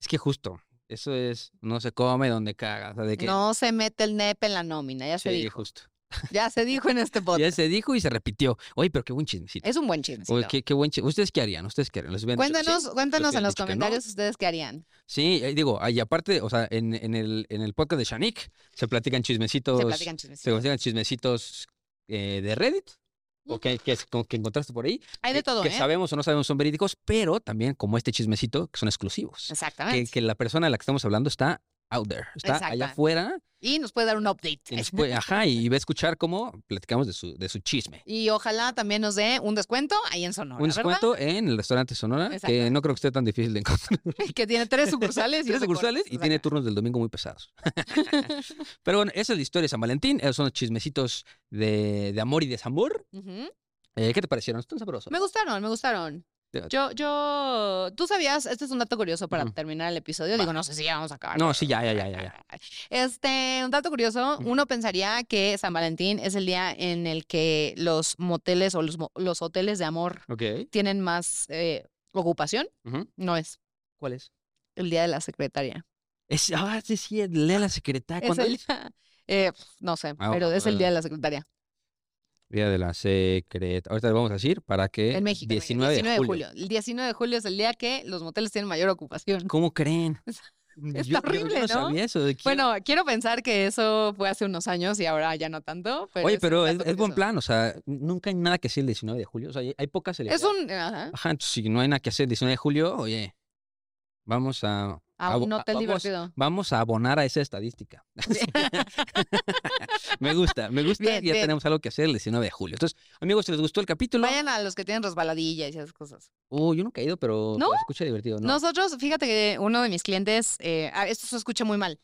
A: es que justo. Eso es, no se come donde caga. O sea, de que.
B: No se mete el nepe en la nómina, ya se
A: Sí,
B: dijo.
A: justo.
B: Ya se dijo en este
A: Ya
B: podcast.
A: se dijo y se repitió. Oye, pero qué buen chismecito.
B: Es un buen chisme.
A: Oye, qué, qué buen chisme. ¿Ustedes qué harían? ¿Ustedes qué harían? ¿Les hubieran dicho que sí?
B: Cuéntanos, cuéntanos en
A: hubieran
B: los
A: dicho que no.
B: comentarios ustedes qué harían.
A: Sí, eh, digo, y aparte, o sea, en, en el, en el podcast de Shanik se platican chismecitos.
B: Se platican
A: se
B: chismecitos.
A: platican chismecitos eh, de Reddit. O
B: Ujú.
A: que, que es- como que encontraste por ahí.
B: Hay de
A: que-
B: todo,
A: Que
B: ¿eh?
A: sabemos o no sabemos son verídicos, pero también como este chismecito, que son exclusivos. Que,
B: Exactamente.
A: que la persona de la que estamos hablando está out there, está
B: Exactamente.
A: allá afuera
B: Y nos puede dar un update.
A: y nos puede- ajá, y va a escuchar cómo platicamos de su, de su chisme.
B: Y ojalá también nos dé un descuento ahí en Sonora,
A: Un
B: ¿verdad?
A: descuento en el restaurante Sonora, que
B: Exactamente.
A: no creo que esté tan difícil de encontrar.
B: Que tiene tres sucursales. y
A: Tiene
B: un soporte.
A: sucursales y tiene turnos del domingo muy pesados. Pero bueno, esa es la historia de San Valentín. Esos son los chismecitos de, de amor y desamor.
B: Ujú.
A: Eh, ¿Qué te parecieron? ¿Están sabrosos?
B: Me gustaron, me gustaron.
A: Ya.
B: Yo, yo, tú sabías, este es un dato curioso para
A: Ujú.
B: terminar el episodio. Digo, no sé si ya vamos a acabar.
A: No,
B: pero-
A: sí, ya, ya, ya, ya, ya.
B: Este, un dato curioso,
A: Ujú.
B: uno pensaría que San Valentín es el día en el que los moteles o los, mo- los hoteles de amor
A: Ok.
B: tienen más eh, ocupación.
A: Ujú.
B: No es
A: ¿Cuál es?
B: el día de la secretaria.
A: Es, ah, sí, sí, el día de la secretaria.
B: Es
A: cuando
B: el
A: es?
B: día- eh, pf, no sé,
A: Ah,
B: pero es el día
A: ah.
B: de la secretaria.
A: Día de la secretaria. Ahorita le vamos a decir para que.
B: En México. en México,
A: 19, Eh, de julio.
B: El 19 de julio es el día que los moteles tienen mayor ocupación.
A: ¿Cómo creen?
B: Está
A: yo,
B: horrible,
A: yo no
B: ¿no?
A: sabía eso. de que-
B: Bueno, quiero pensar que eso fue hace unos años y ahora ya no tanto. Pero
A: Oye,
B: es un
A: pero es,
B: dato
A: es buen
B: curioso.
A: plan. O sea, nunca hay nada que hacer el 19 de julio. O sea, hay, hay pocas
B: Es
A: celebridades.
B: un. ajá,
A: Ajá, entonces, si no hay nada que hacer el 19 de julio, oye, vamos a.
B: a
A: abo-
B: un
A: Ah, a-
B: hotel
A: vamos-
B: divertido.
A: Vamos a abonar a esa estadística. me gusta, me gusta.
B: Bien,
A: ya
B: bien.
A: tenemos algo que hacer el 19 de julio. Entonces, amigos, si les gustó el capítulo.
B: Vayan a los que tienen resbaladilla y esas cosas.
A: Oh, yo nunca he ido, pero,
B: ¿No?
A: pero se escucha divertido, ¿no?
B: Nosotros, fíjate que uno de mis clientes, eh, ah, esto se escucha muy mal.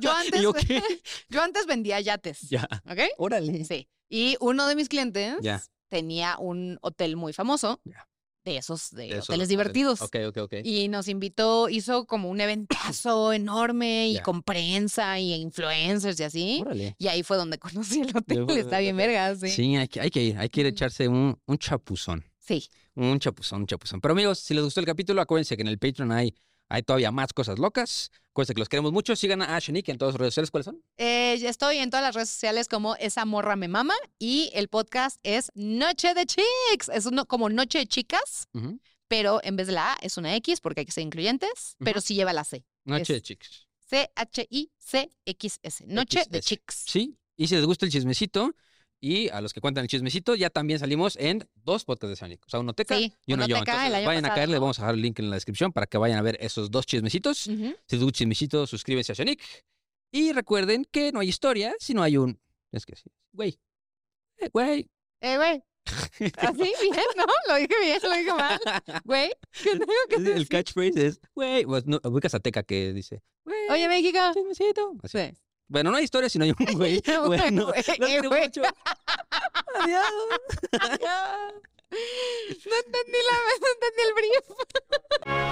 B: Yo antes,
A: ¿Y yo qué?
B: yo antes vendía yates.
A: Ya.
B: ¿Ok?
A: Órale.
B: Sí. Y uno de mis clientes
A: Ya.
B: tenía un hotel muy famoso.
A: Ya.
B: De esos, de
A: Eso,
B: hoteles
A: eh,
B: divertidos.
A: Ok, ok, ok.
B: Y nos invitó, hizo como un eventazo enorme y
A: Ya.
B: con prensa y influencers y así.
A: Órale.
B: Y ahí fue donde conocí el hotel.
A: fue
B: Está
A: donde
B: bien verga, sí.
A: Sí, hay, que, hay que ir, hay que ir a
B: Ujú.
A: echarse un, un chapuzón.
B: Sí.
A: Un chapuzón, un chapuzón. Pero amigos, si les gustó el capítulo, acuérdense que en el Patreon hay, hay todavía más cosas locas. Acuérdense que los queremos mucho. Sigan a Shanik en todas sus redes sociales. ¿Cuáles son?
B: Eh, ya estoy en todas las redes sociales como Esa Morra Me Mama y el podcast es Noche de Chicks. Es uno, como Noche de Chicas,
A: Ujú.
B: pero en vez de la A es una X porque hay que ser incluyentes, pero sí lleva la C.
A: Noche de
B: Es-
A: Chicks.
B: C-H-I-C-X-S. Noche de
A: XS.
B: Chicks.
A: Sí. Y si les gusta el chismecito y a los que cuentan el chismecito, ya también salimos en dos podcasts de Shanik. O sea, uno teca
B: Sí,
A: y uno yo.
B: Unoteca,
A: Entonces,
B: el año
A: vayan a
B: pasado.
A: caer, les vamos a dejar el link en la descripción para que vayan a ver esos dos chismecitos.
B: Ujú.
A: Si les gusta el chismecito, suscríbanse a Shanik. Y recuerden que no hay historia si no hay un. Es que sí. Güey. Eh, güey.
B: Eh, güey. Así, bien, ¿no? Lo dije bien, lo dije mal. Güey, ¿qué tengo que
A: El- El
B: decir?
A: catchphrase es, güey, pues, no, ubicas a Teca que dice, güey,
B: Oye, México.
A: chismecito. Así.
B: Sí.
A: Bueno, no hay historia, sino hay un güey. Bueno,
B: Güey,
A: los quiero
B: güey.
A: mucho. Adiós.
B: No entendí la no entendí el brillo.